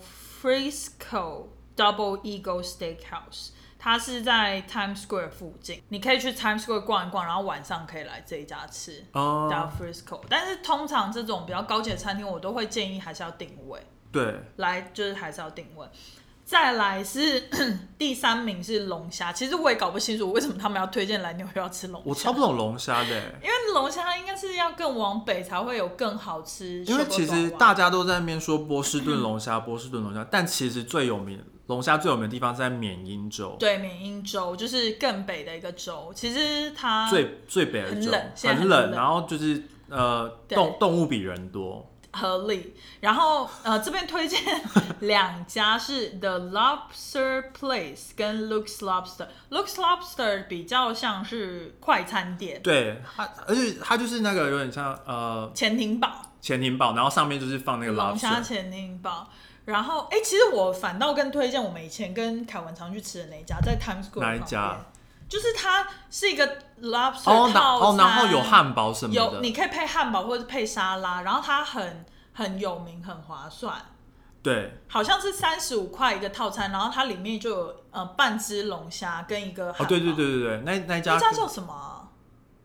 [SPEAKER 1] Frisco Double Eagle Steakhouse，它是在 Times Square 附近，你可以去 Times Square 逛一逛，然后晚上可以来这一家吃。
[SPEAKER 2] 哦、
[SPEAKER 1] Del Frisco，但是通常这种比较高级的餐厅，我都会建议还是要定位。
[SPEAKER 2] 对，
[SPEAKER 1] 来就是还是要定位。再来是 第三名是龙虾，其实我也搞不清楚为什么他们要推荐来纽约要吃龙虾。
[SPEAKER 2] 我超不懂龙虾的欸、
[SPEAKER 1] 因为龙虾应该是要更往北才会有更好吃。
[SPEAKER 2] 因为
[SPEAKER 1] 修过
[SPEAKER 2] 其
[SPEAKER 1] 短
[SPEAKER 2] 实
[SPEAKER 1] 袜
[SPEAKER 2] 大家都在那边说波士 顿龙虾，波士顿龙虾，但其实最有名龙虾最有名的地方是在缅因州，
[SPEAKER 1] 对缅因州就是更北的一个州，其实它
[SPEAKER 2] 最最北的
[SPEAKER 1] 很
[SPEAKER 2] 州
[SPEAKER 1] 冷，现在
[SPEAKER 2] 很
[SPEAKER 1] 很
[SPEAKER 2] 冷，
[SPEAKER 1] 冷
[SPEAKER 2] 然后就是呃
[SPEAKER 1] 对
[SPEAKER 2] 动动物比人多，
[SPEAKER 1] 合理。然后呃，这边推荐 两家是 The Lobster Place 跟 Luke's Lobster。Luke's Lobster 比较像是快餐店，
[SPEAKER 2] 对它，而且它就是那个有点像呃
[SPEAKER 1] 潜艇堡。
[SPEAKER 2] 潜艇堡，然后上面就是放那个哦
[SPEAKER 1] 龙虾
[SPEAKER 2] lobster，
[SPEAKER 1] 潜艇堡。然后，哎、其实我反倒更推荐我们以前跟凯文常去吃的那一家，在 Times Square
[SPEAKER 2] 哪一
[SPEAKER 1] 旁
[SPEAKER 2] 家
[SPEAKER 1] 边？就是它是一个 lobster
[SPEAKER 2] 哦，然
[SPEAKER 1] 套
[SPEAKER 2] 哦，
[SPEAKER 1] 餐
[SPEAKER 2] 然后有汉堡什么
[SPEAKER 1] 有
[SPEAKER 2] 的，
[SPEAKER 1] 你可以配汉堡或者配沙拉，然后它很很有名，很划算，
[SPEAKER 2] 对，
[SPEAKER 1] 好像是三十五块一个套餐，然后它里面就有呃半只龙虾跟一个汉堡。
[SPEAKER 2] 哦，对对，对对对，那那一
[SPEAKER 1] 那
[SPEAKER 2] 家
[SPEAKER 1] 家叫什么啊、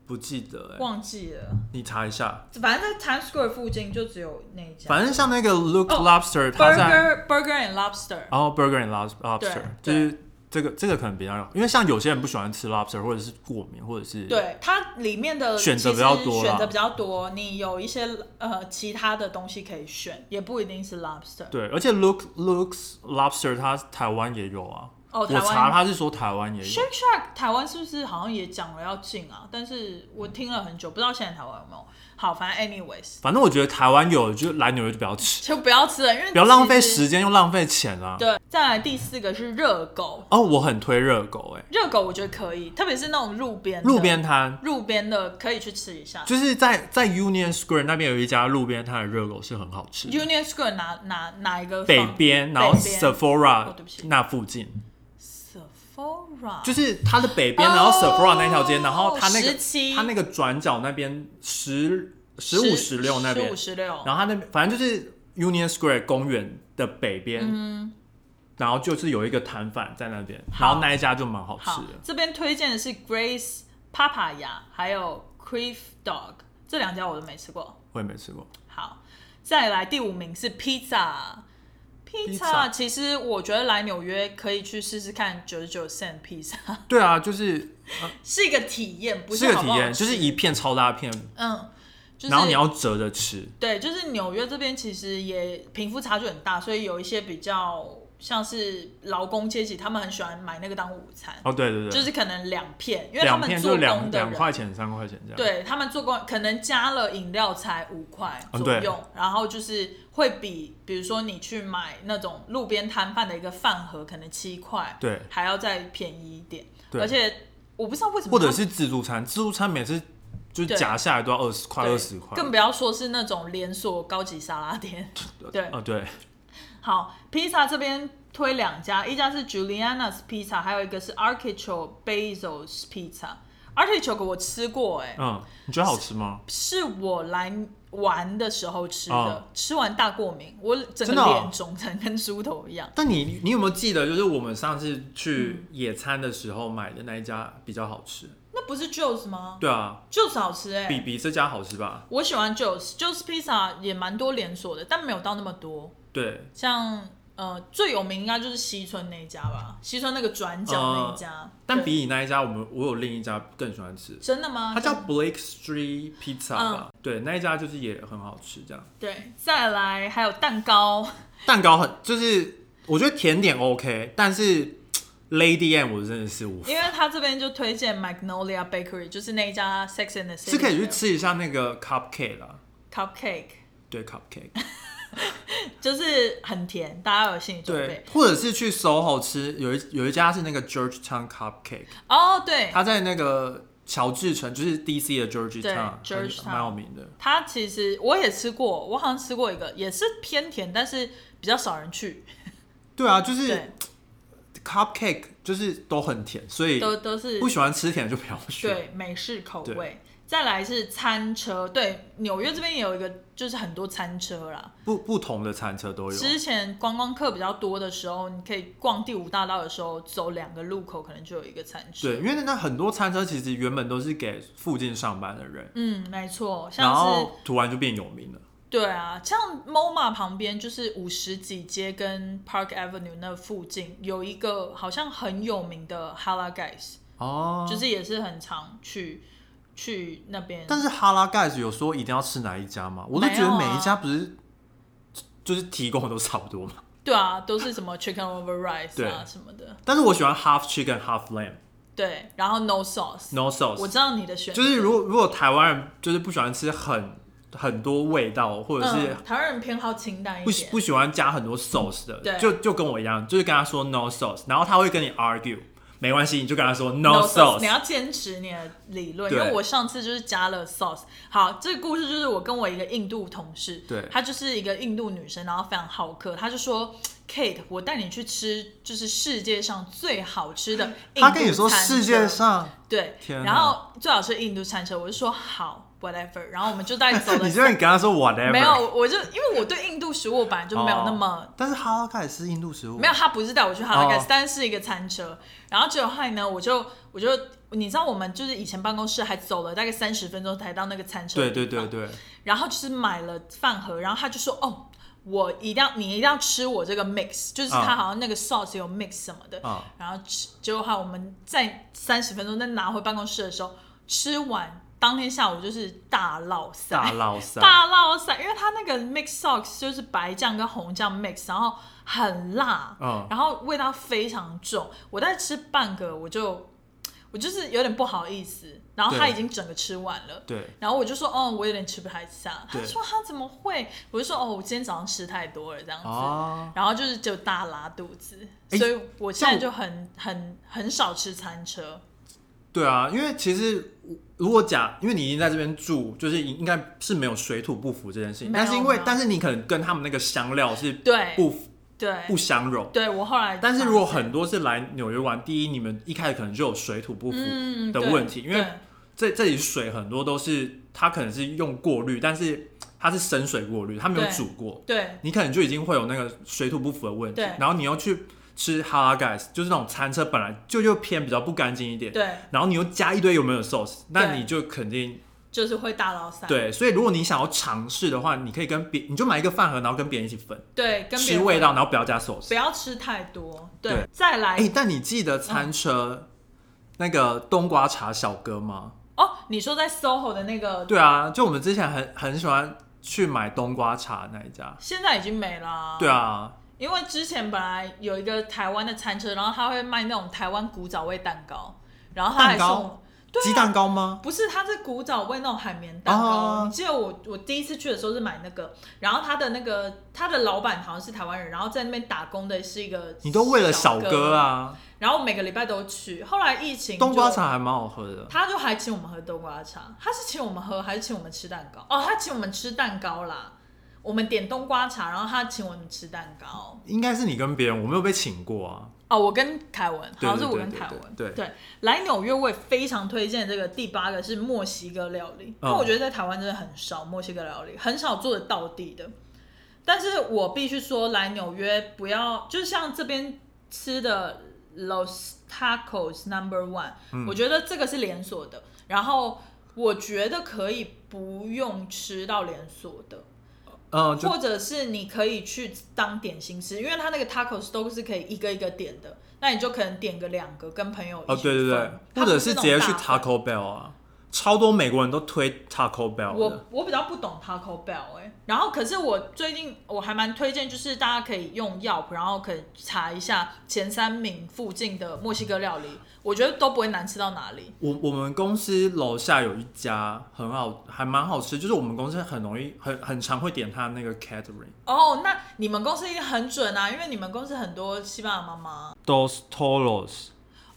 [SPEAKER 2] 不记得哎，
[SPEAKER 1] 忘记了，
[SPEAKER 2] 你查一下，
[SPEAKER 1] 反正在 Times Square 附近就只有那一家。
[SPEAKER 2] 反正像那个 Look
[SPEAKER 1] 哦
[SPEAKER 2] Lobster，它在哦
[SPEAKER 1] Burger Burger and Lobster。
[SPEAKER 2] 然后 Burger and Lob- Lobster，
[SPEAKER 1] 对
[SPEAKER 2] 就是这个这个可能比较，因为像有些人不喜欢吃 lobster，或者是过敏，或者是
[SPEAKER 1] 对，它里面的
[SPEAKER 2] 选择
[SPEAKER 1] 其实
[SPEAKER 2] 比较多啦
[SPEAKER 1] 选择比较多，你有一些呃其他的东西可以选，也不一定是 lobster。
[SPEAKER 2] 对而且 Look Looks Lobster 它台湾也有啊，
[SPEAKER 1] 哦，台
[SPEAKER 2] 我查
[SPEAKER 1] 湾
[SPEAKER 2] 它是说台湾也有，
[SPEAKER 1] Shake Shack 台湾是不是好像也讲了要禁啊？但是我听了很久，不知道现在台湾有没有。好，反正 anyways
[SPEAKER 2] 反正我觉得台湾有就来纽约就不要吃，
[SPEAKER 1] 就不要吃了，因为
[SPEAKER 2] 不要浪费
[SPEAKER 1] 其实。
[SPEAKER 2] 时间又浪费钱啊。
[SPEAKER 1] 对，再来第四个是热狗，
[SPEAKER 2] 哦，我很推热狗、欸，哎，
[SPEAKER 1] 热狗我觉得可以，特别是那种路边的
[SPEAKER 2] 路边摊
[SPEAKER 1] 路边的可以去吃一下。
[SPEAKER 2] 就是在在 Union Square 那边有一家路边摊的热狗是很好吃的
[SPEAKER 1] Union Square 哪哪哪一个
[SPEAKER 2] 北
[SPEAKER 1] 放
[SPEAKER 2] 边，然后
[SPEAKER 1] 北边
[SPEAKER 2] Sephora
[SPEAKER 1] 哦对不起
[SPEAKER 2] 那附近，
[SPEAKER 1] Sephora
[SPEAKER 2] 就是它的北边，然后 Sephora 那条街，然后它那个
[SPEAKER 1] 17
[SPEAKER 2] 它那个转角那边十十五十六那边
[SPEAKER 1] 十五，十六，
[SPEAKER 2] 然后它那边反正就是 Union Square 公园的北边，然后就是有一个摊贩在那边，
[SPEAKER 1] 嗯好
[SPEAKER 2] 然后那一家就蛮好吃
[SPEAKER 1] 好
[SPEAKER 2] 的，。
[SPEAKER 1] 这边推荐的是 Grace Papaya，还有 Creef Dog 这两家我都没吃过。
[SPEAKER 2] 我也没吃过，
[SPEAKER 1] 好，再来第五名是 Pizza。
[SPEAKER 2] Pizza
[SPEAKER 1] Pizza 其实我觉得来纽约可以去试试看九十九 cent pizza，
[SPEAKER 2] 对啊，就是
[SPEAKER 1] 是一个体验，不
[SPEAKER 2] 是
[SPEAKER 1] 好
[SPEAKER 2] 个
[SPEAKER 1] 不好
[SPEAKER 2] 体验，
[SPEAKER 1] 吃
[SPEAKER 2] 就是一片超大片，
[SPEAKER 1] 嗯，就是
[SPEAKER 2] 然后你要折着吃。
[SPEAKER 1] 对，就是纽约这边其实也贫富差距很大，所以有一些比较像是劳工阶级，他们很喜欢买那个当午餐。
[SPEAKER 2] 哦，对对
[SPEAKER 1] 就
[SPEAKER 2] 对，
[SPEAKER 1] 是可能两片，因为他
[SPEAKER 2] 两
[SPEAKER 1] 们
[SPEAKER 2] 片
[SPEAKER 1] 做
[SPEAKER 2] 就
[SPEAKER 1] 工
[SPEAKER 2] 两
[SPEAKER 1] 的
[SPEAKER 2] 两
[SPEAKER 1] 人，
[SPEAKER 2] 块钱三块钱这样。
[SPEAKER 1] 对他们做工可能加了饮料才五块
[SPEAKER 2] 嗯
[SPEAKER 1] 左右，然后就是会比，比如说你去买那种路边摊贩的一个饭盒，可能七块，
[SPEAKER 2] 对
[SPEAKER 1] 还要再便宜一点，
[SPEAKER 2] 对
[SPEAKER 1] 而且我不知道为什么
[SPEAKER 2] 或
[SPEAKER 1] 他们，
[SPEAKER 2] 者是自助餐，自助餐每次就是
[SPEAKER 1] 对
[SPEAKER 2] 夹下来都要二十块、
[SPEAKER 1] 对
[SPEAKER 2] 二十块，
[SPEAKER 1] 更不要说是那种连锁高级沙拉 店。对
[SPEAKER 2] 啊、对，
[SPEAKER 1] 好，披萨这边推两家，一家是 Juliana's Pizza，还有一个是 Artichoke Basil's Pizza。Artichoke 我吃过、哎、
[SPEAKER 2] 嗯，你觉得好吃吗？
[SPEAKER 1] 是我来玩的时候吃的，
[SPEAKER 2] 哦
[SPEAKER 1] 吃完大过敏，我整
[SPEAKER 2] 真
[SPEAKER 1] 个
[SPEAKER 2] 的哦
[SPEAKER 1] 脸肿成跟猪头一样。
[SPEAKER 2] 但你你有没有记得，就是我们上次去野餐的时候买的那一家比较好吃？
[SPEAKER 1] 那不是 Juice 吗
[SPEAKER 2] 对啊，
[SPEAKER 1] ？Juice 好吃哎、
[SPEAKER 2] 比比这家好吃吧？
[SPEAKER 1] 我喜欢 Juice，Juice Pizza 也蛮多连锁的，但没有到那么多。
[SPEAKER 2] 对，
[SPEAKER 1] 像呃最有名应该就是西村那一家吧，西村那个转角那一家。
[SPEAKER 2] 哦但
[SPEAKER 1] 对
[SPEAKER 2] 比你那一家，我们我有另一家更喜欢吃，
[SPEAKER 1] 真的吗？
[SPEAKER 2] 它叫 Blake Street Pizza
[SPEAKER 1] 嗯
[SPEAKER 2] 吧？对，那一家就是也很好吃，这样
[SPEAKER 1] 对，再来还有蛋糕，
[SPEAKER 2] 蛋糕很就是我觉得甜点 OK，但是 Lady M 我真的是无法
[SPEAKER 1] 因为他这边就推荐 Magnolia Bakery，就是那一家 Sex and the City
[SPEAKER 2] 是可以去吃一下那个 cupcake 啦，
[SPEAKER 1] cupcake。
[SPEAKER 2] 对 cupcake，
[SPEAKER 1] 就是很甜，大家有心理准备
[SPEAKER 2] 对。，或者是去 SOHO 吃，有一有一家是那个 Georgetown Cupcake，
[SPEAKER 1] 哦，对，
[SPEAKER 2] 它在那个乔治城，就是 DC 的 Georgetown，
[SPEAKER 1] 对
[SPEAKER 2] 还是
[SPEAKER 1] Georgetown
[SPEAKER 2] 蛮有名的。
[SPEAKER 1] 它其实我也吃过，我好像吃过一个，也是偏甜，但是比较少人去。
[SPEAKER 2] 对啊，就是
[SPEAKER 1] 对，
[SPEAKER 2] Cupcake 就是都很甜，所以
[SPEAKER 1] 都都是
[SPEAKER 2] 不喜欢吃甜的就不要去。
[SPEAKER 1] 对美式口味。再来是餐车，对，纽约这边也有一个，就是很多餐车啦。
[SPEAKER 2] 不不同的餐车都有。
[SPEAKER 1] 之前观光客比较多的时候，你可以逛第五大道的时候，走两个路口可能就有一个餐车。
[SPEAKER 2] 对，因为那很多餐车其实原本都是给附近上班的人，
[SPEAKER 1] 嗯，没错，
[SPEAKER 2] 然
[SPEAKER 1] 像是
[SPEAKER 2] 后突然就变有名了。
[SPEAKER 1] 对啊，像 MoMA 旁边就是五十几街跟 Park Avenue 那附近有一个好像很有名的 Hala Guys，、
[SPEAKER 2] 哦，
[SPEAKER 1] 就是也是很常去去那边。
[SPEAKER 2] 但是哈拉盖子有说一定要吃哪一家吗？我都觉
[SPEAKER 1] 没有
[SPEAKER 2] 得
[SPEAKER 1] 啊
[SPEAKER 2] 每一家不是、就是提供的都差不多嘛。
[SPEAKER 1] 对啊，都是什么 Chicken Over Rice 啊
[SPEAKER 2] 对
[SPEAKER 1] 什么的，
[SPEAKER 2] 但是我喜欢 half chicken half lamb
[SPEAKER 1] 对，然后 No Sauce，
[SPEAKER 2] no
[SPEAKER 1] 我
[SPEAKER 2] sauce，
[SPEAKER 1] 知道你的选择
[SPEAKER 2] 就是如果如果台湾人就是不喜欢吃很很多味道，或者是
[SPEAKER 1] 嗯、台湾人偏好清淡
[SPEAKER 2] 不
[SPEAKER 1] 一
[SPEAKER 2] 喜
[SPEAKER 1] 点，
[SPEAKER 2] 不喜欢加很多 sauce 的，
[SPEAKER 1] 对
[SPEAKER 2] 就就跟我一样，就是跟他说 no sauce，然后他会跟你 argue，没关系，你就跟他说
[SPEAKER 1] No
[SPEAKER 2] no
[SPEAKER 1] sauce，你
[SPEAKER 2] sauce，
[SPEAKER 1] 要坚持你的理论，因
[SPEAKER 2] 对
[SPEAKER 1] 为我上次就是加了 sauce。好，这个故事就是我跟我一个印度同事，
[SPEAKER 2] 对
[SPEAKER 1] 她就是一个印度女生，然后非常好客，她就说，Kate，我带你去吃就是世界上最好吃 的印度
[SPEAKER 2] 他跟你说
[SPEAKER 1] 餐
[SPEAKER 2] 世界
[SPEAKER 1] 车
[SPEAKER 2] 上，
[SPEAKER 1] 对，
[SPEAKER 2] 天哪
[SPEAKER 1] 然后最好吃的印度餐车，我就说好，whatever，然后我们就带 走了
[SPEAKER 2] 你。就你跟他说 whatever，
[SPEAKER 1] 没有，我就因为我对印度食物本来就没有那么
[SPEAKER 2] 哦但是哈拉盖是印度食物，
[SPEAKER 1] 没有，他不是带我去哈拉盖斯
[SPEAKER 2] 哦，
[SPEAKER 1] 但是一个餐车。然后结果后来呢，我就我就你知道，我们就是以前办公室还走了大概三十分钟才到那个餐车，
[SPEAKER 2] 对对 对。对，
[SPEAKER 1] 然后就是买了饭盒，然后他就说：“哦，我一定要你一定要吃我这个 mix，就是
[SPEAKER 2] 啊
[SPEAKER 1] 他好像那个 sauce 有 mix 什么的。
[SPEAKER 2] 啊
[SPEAKER 1] 然后吃，结果后来我们在三十分钟再拿回办公室的时候，吃完当天下午就是大落塞，
[SPEAKER 2] 大捞塞，
[SPEAKER 1] 大烙散，因为它那个 mix sauce 就是白酱跟红酱 mix，然后很辣，
[SPEAKER 2] 嗯
[SPEAKER 1] 然后味道非常重。我在吃半个，我就我就是有点不好意思，然后他
[SPEAKER 2] 对
[SPEAKER 1] 已经整个吃完了。
[SPEAKER 2] 对，
[SPEAKER 1] 然后我就说，哦，我有点吃不太下。他
[SPEAKER 2] 对
[SPEAKER 1] 就说他怎么会？我就说，哦，我今天早上吃太多了这样子。
[SPEAKER 2] 哦
[SPEAKER 1] 然后就是就大拉肚子，
[SPEAKER 2] 诶
[SPEAKER 1] 所以我现
[SPEAKER 2] 像
[SPEAKER 1] 在
[SPEAKER 2] 我
[SPEAKER 1] 就很很很少吃餐车。
[SPEAKER 2] 对啊，因为其实如果讲，因为你已经在这边住，就是应该是没有水土不服这件事情，
[SPEAKER 1] 没有
[SPEAKER 2] 但是因为
[SPEAKER 1] 没有
[SPEAKER 2] 但是你可能跟他们那个香料是
[SPEAKER 1] 对
[SPEAKER 2] 不
[SPEAKER 1] 对
[SPEAKER 2] 不相容。
[SPEAKER 1] 对，我后来
[SPEAKER 2] 但是如果很多是来纽约玩，第一，你们一开始可能就有水土不服
[SPEAKER 1] 嗯
[SPEAKER 2] 的
[SPEAKER 1] 对
[SPEAKER 2] 问题，因为
[SPEAKER 1] 对
[SPEAKER 2] 这这里水很多都是它可能是用过滤，但是它是深水过滤，它没有
[SPEAKER 1] 对
[SPEAKER 2] 煮过，
[SPEAKER 1] 对
[SPEAKER 2] 你可能就已经会有那个水土不服的问题
[SPEAKER 1] 对。
[SPEAKER 2] 然后你又去吃哈拉盖斯，就是那种餐车本来就就偏比较不干净一点，
[SPEAKER 1] 对，
[SPEAKER 2] 然后你又加一堆有没有 sauce，那
[SPEAKER 1] 对
[SPEAKER 2] 你就肯定
[SPEAKER 1] 就是会大老散。
[SPEAKER 2] 对。所以如果你想要尝试的话，你可以跟别你就买一个饭盒，然后跟别人一起分
[SPEAKER 1] 对，跟别
[SPEAKER 2] 吃
[SPEAKER 1] 人
[SPEAKER 2] 味道，然后不要加 sauce
[SPEAKER 1] 不。要吃太多。对，
[SPEAKER 2] 对
[SPEAKER 1] 再来、
[SPEAKER 2] 哎，但你记得餐
[SPEAKER 1] 嗯
[SPEAKER 2] 车那个冬瓜茶小哥吗？
[SPEAKER 1] 哦，你说在 SOHO 的那个，
[SPEAKER 2] 对啊，就我们之前很很喜欢去买冬瓜茶那一家。
[SPEAKER 1] 现在已经没啦、
[SPEAKER 2] 对，啊，
[SPEAKER 1] 因为之前本来有一个台湾的餐车，然后他会卖那种台湾古早味蛋糕，然后他还
[SPEAKER 2] 蛋糕
[SPEAKER 1] 送。对啊
[SPEAKER 2] 鸡蛋糕吗？
[SPEAKER 1] 不是，它是古早味那种海绵蛋糕。
[SPEAKER 2] 哦
[SPEAKER 1] 你记得我我第一次去的时候是买那个，然后他的那个他的老板好像是台湾人，然后在那边打工的是一个
[SPEAKER 2] 你都为了小
[SPEAKER 1] 哥
[SPEAKER 2] 哥，啊！
[SPEAKER 1] 然后每个礼拜都去。后来疫情就
[SPEAKER 2] 冬瓜茶还蛮好喝的。
[SPEAKER 1] 他就还请我们喝冬瓜茶，他是请我们喝还是请我们吃蛋糕？哦，他请我们吃蛋糕啦。我们点冬瓜茶，然后他请我们吃蛋糕。
[SPEAKER 2] 应该是你跟别人，我没有被请过啊。
[SPEAKER 1] 哦，我跟凯文，好
[SPEAKER 2] 对
[SPEAKER 1] 像是
[SPEAKER 2] 对
[SPEAKER 1] 我
[SPEAKER 2] 对
[SPEAKER 1] 跟
[SPEAKER 2] 对
[SPEAKER 1] 凯
[SPEAKER 2] 对
[SPEAKER 1] 文。
[SPEAKER 2] 对
[SPEAKER 1] 来纽约我也非常推荐这个第八个是墨西哥料理，因为
[SPEAKER 2] 嗯
[SPEAKER 1] 我觉得在台湾真的很少墨西哥料理，很少做得到地的。但是我必须说，来纽约不要，就像这边吃的 Los Tacos Number One，、我
[SPEAKER 2] 嗯
[SPEAKER 1] 觉得这个是连锁的，然后我觉得可以不用吃到连锁的，
[SPEAKER 2] 嗯，就
[SPEAKER 1] 或者是你可以去当点心吃，因为它那个 tacos 都是可以一个一个点的，那你就可能点个两个，跟朋友一起
[SPEAKER 2] 哦，对对对
[SPEAKER 1] 分，
[SPEAKER 2] 或者是直接
[SPEAKER 1] 它不是
[SPEAKER 2] 去
[SPEAKER 1] 那种大份
[SPEAKER 2] Taco Bell 啊，超多美国人都推 Taco Bell
[SPEAKER 1] 我
[SPEAKER 2] 的，
[SPEAKER 1] 我比较不懂 Taco Bell 哎、然后可是我最近我还蛮推荐，就是大家可以用 Yelp，然后可以查一下前三名附近的墨西哥料理，我觉得都不会难吃到哪里。
[SPEAKER 2] 我我们公司楼下有一家很好，还蛮好吃，就是我们公司很容易很很常会点他那个 catering
[SPEAKER 1] 哦，那你们公司一定很准啊，因为你们公司很多西班牙妈妈。
[SPEAKER 2] Dos Toros，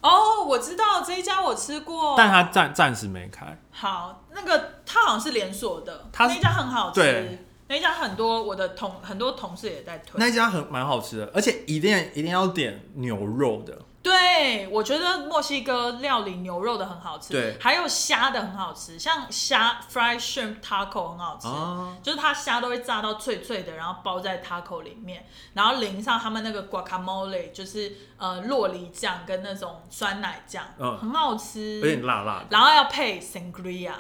[SPEAKER 1] 哦，我知道这一家我吃过。
[SPEAKER 2] 但他暂暂时没开。
[SPEAKER 1] 好，那个它好像是连锁的，
[SPEAKER 2] 它
[SPEAKER 1] 那一家很好吃
[SPEAKER 2] 对，
[SPEAKER 1] 那一家很多我的同很多同事也在推。
[SPEAKER 2] 那一家很蛮好吃的，而且一定一定要点牛肉的。
[SPEAKER 1] 对，我觉得墨西哥料理牛肉的很好吃，
[SPEAKER 2] 对
[SPEAKER 1] 还有虾的很好吃，像虾 fried shrimp taco 很好吃，
[SPEAKER 2] 哦
[SPEAKER 1] 就是它虾都会炸到脆脆的，然后包在 taco 里面，然后淋上他们那个 guacamole，就是呃洛梨酱跟那种酸奶酱，
[SPEAKER 2] 嗯
[SPEAKER 1] 很好
[SPEAKER 2] 有点
[SPEAKER 1] 吃，
[SPEAKER 2] 辣辣的，
[SPEAKER 1] 然后要配 sangria，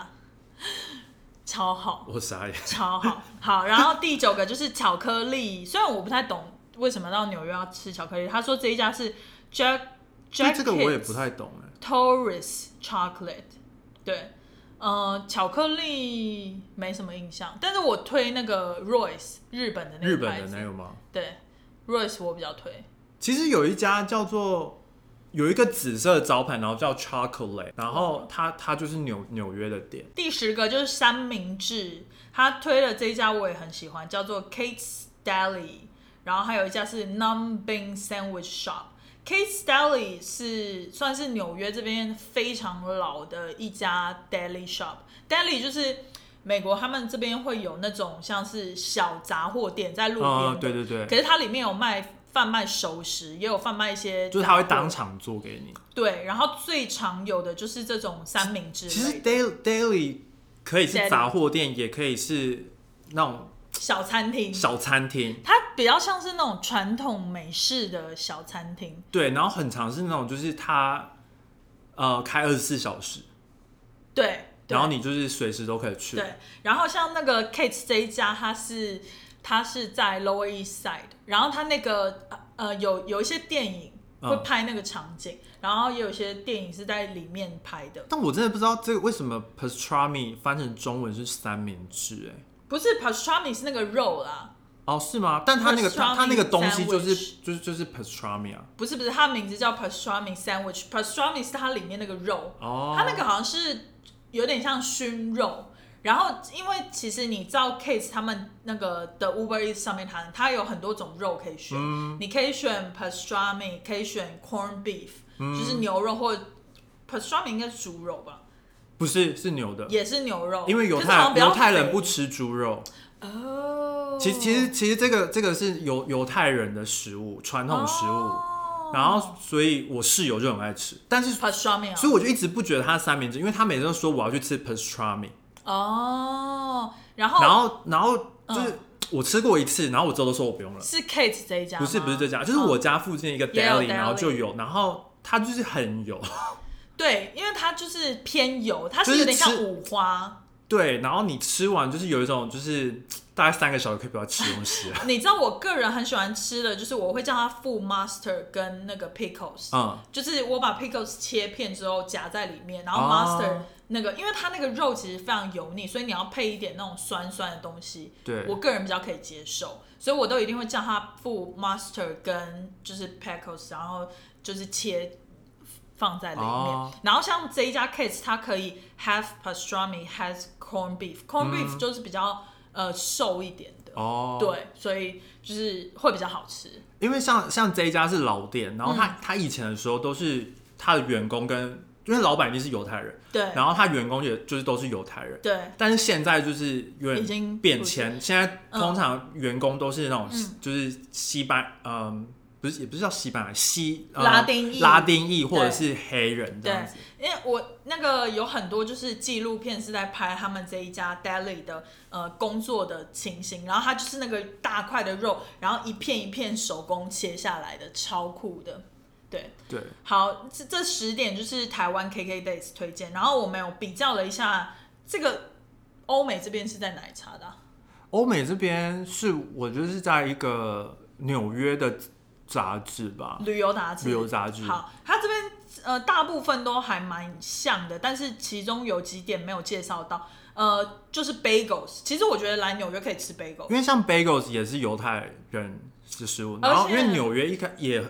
[SPEAKER 1] 超好。
[SPEAKER 2] 我傻眼。
[SPEAKER 1] 超好，好，然后第九个就是巧克力，虽然我不太懂为什么到纽约要吃巧克力。他说这一家是 Jack
[SPEAKER 2] 所
[SPEAKER 1] Jack
[SPEAKER 2] 以这个我也不太懂哎、
[SPEAKER 1] Torres Chocolate，对，呃，巧克力没什么印象，但是我推那个 Royce 日本的那个
[SPEAKER 2] 日本
[SPEAKER 1] 牌
[SPEAKER 2] 的
[SPEAKER 1] 子
[SPEAKER 2] 那个吗？
[SPEAKER 1] 对 Royce 我比较推，
[SPEAKER 2] 其实有一家叫做有一个紫色的招牌，然后叫 Chocolate，然后它它就是纽纽约的店。
[SPEAKER 1] 第十个就是三明治，他推的这一家我也很喜欢，叫做 Kate's Deli，然后还有一家是 Numbing Sandwich Shop。Kate's Deli 是算是纽约这边非常老的一家 deli shop。deli 就是美国他们这边会有那种像是小杂货店在路边的、
[SPEAKER 2] 嗯，对对
[SPEAKER 1] 可
[SPEAKER 2] 对，
[SPEAKER 1] 是它里面有卖贩卖熟食，也有贩卖一些
[SPEAKER 2] 就是它会
[SPEAKER 1] 杂货
[SPEAKER 2] 当场做给你。
[SPEAKER 1] 对，然后最常有的就是这种三明治类的，
[SPEAKER 2] 其实 daily daily 可以是
[SPEAKER 1] Daily
[SPEAKER 2] 杂货店，也可以是那种
[SPEAKER 1] 小餐厅
[SPEAKER 2] 小餐厅。
[SPEAKER 1] 它比较像是那种传统美式的小餐厅，
[SPEAKER 2] 对，然后很常是那种就是它呃开二十四小时，
[SPEAKER 1] 对，对
[SPEAKER 2] 然后你就是随时都可以去。
[SPEAKER 1] 对，然后像那个 Kate 这一家，它是它是在 Lower East Side，然后它那个呃呃有有一些电影会
[SPEAKER 2] 嗯
[SPEAKER 1] 拍那个场景，然后也有一些电影是在里面拍的，
[SPEAKER 2] 但我真的不知道这个为什么 pastrami 翻成中文是三明治、哎，
[SPEAKER 1] 不是 pastrami 是那个肉啦，
[SPEAKER 2] 哦，是吗？但它那个它
[SPEAKER 1] Pastrami
[SPEAKER 2] 它那个东西就是
[SPEAKER 1] sandwich
[SPEAKER 2] 就是就是 pastrami 啊，
[SPEAKER 1] 不是不是，它的名字叫 pastrami sandwich，pastrami 是它里面那个肉，
[SPEAKER 2] 哦，
[SPEAKER 1] 它那个好像是有点像熏肉，然后因为其实你照 Case 他们那个的 Uber Eats 上面它它有很多种肉可以选，
[SPEAKER 2] 嗯
[SPEAKER 1] 你可以选 pastrami，可以选 corn beef，、就是
[SPEAKER 2] 嗯
[SPEAKER 1] 牛肉或 pastrami 应该是猪肉吧，
[SPEAKER 2] 不是是牛的，
[SPEAKER 1] 也是牛肉，
[SPEAKER 2] 因为犹
[SPEAKER 1] 可是好像
[SPEAKER 2] 太
[SPEAKER 1] 比较
[SPEAKER 2] 犹太人
[SPEAKER 1] 肥
[SPEAKER 2] 不吃猪肉。
[SPEAKER 1] 哦，
[SPEAKER 2] 其实其实其实这个这个是犹犹太人的食物，传统食物。
[SPEAKER 1] 哦
[SPEAKER 2] 然后所以我室友就很爱吃，但是
[SPEAKER 1] pastrami 啊，
[SPEAKER 2] 所以我就一直不觉得它是三明治，因为他每次都说我要去吃 pastrami，
[SPEAKER 1] 哦，然
[SPEAKER 2] 然
[SPEAKER 1] 后
[SPEAKER 2] 后然后就是、我吃过一次，然后我之后都说我不用了。
[SPEAKER 1] 是 Kate 这一家吗，
[SPEAKER 2] 不是不是这家，就是
[SPEAKER 1] 哦
[SPEAKER 2] 我家附近一个
[SPEAKER 1] 也有
[SPEAKER 2] deli，然后
[SPEAKER 1] deli
[SPEAKER 2] 就有，然后它就是很油，
[SPEAKER 1] 对，因为它就是偏油，它
[SPEAKER 2] 就是是
[SPEAKER 1] 有点像
[SPEAKER 2] 吃
[SPEAKER 1] 五花。
[SPEAKER 2] 对，然后你吃完就是有一种就是大概三个小时可以不要吃 东西了，
[SPEAKER 1] 你知道我个人很喜欢吃的，就是我会叫它 full master 跟那个 pickles，、
[SPEAKER 2] 嗯，
[SPEAKER 1] 就是我把 pickles 切片之后夹在里面，然后
[SPEAKER 2] 哦
[SPEAKER 1] master 那个，因为它那个肉其实非常油腻，所以你要配一点那种酸酸的东西，
[SPEAKER 2] 对
[SPEAKER 1] 我个人比较可以接受，所以我都一定会叫它 full master 跟就是 pickles，然后就是切。放在里面
[SPEAKER 2] 哦
[SPEAKER 1] 然后像这一家 case，它可以 have pastrami, has corn beef，corn beef 就是比较、呃瘦一点的，
[SPEAKER 2] 嗯哦，，
[SPEAKER 1] 对，所以就是会比较好吃。
[SPEAKER 2] 因为像像这一家是老店，然后
[SPEAKER 1] 嗯
[SPEAKER 2] 他、他以前的时候都是他的员工跟，因为老板一定是犹太人，
[SPEAKER 1] 对
[SPEAKER 2] 然后他员工也就是都是犹太人，
[SPEAKER 1] 对，
[SPEAKER 2] 但是现在就是有
[SPEAKER 1] 已经
[SPEAKER 2] 点变迁，现在通常员工都是那种、
[SPEAKER 1] 嗯
[SPEAKER 2] 就是西班，嗯、不是也不是叫西班牙西、呃
[SPEAKER 1] 拉丁裔
[SPEAKER 2] 拉丁裔或者是黑人这样子，
[SPEAKER 1] 因为我那个有很多就是纪录片是在拍他们这一家 deli 的呃工作的情形，然后它就是那个大块的肉，然后一片一片手工切下来的，超酷的。对，
[SPEAKER 2] 对，
[SPEAKER 1] 好，这这十点就是台湾 KK Days 推荐，然后我们有比较了一下这个欧美这边是在哪里查的啊、
[SPEAKER 2] 欧美这边是我就是在一个纽约的杂志吧，
[SPEAKER 1] 旅游杂志，
[SPEAKER 2] 旅游杂志
[SPEAKER 1] 好，他这边呃大部分都还蛮像的，但是其中有几点没有介绍到，呃，就是 bagels。其实我觉得来纽约可以吃 bagel，
[SPEAKER 2] 因为像 bagels 也是犹太人的食物，然后
[SPEAKER 1] 而
[SPEAKER 2] 因
[SPEAKER 1] 且
[SPEAKER 2] 为纽约一开也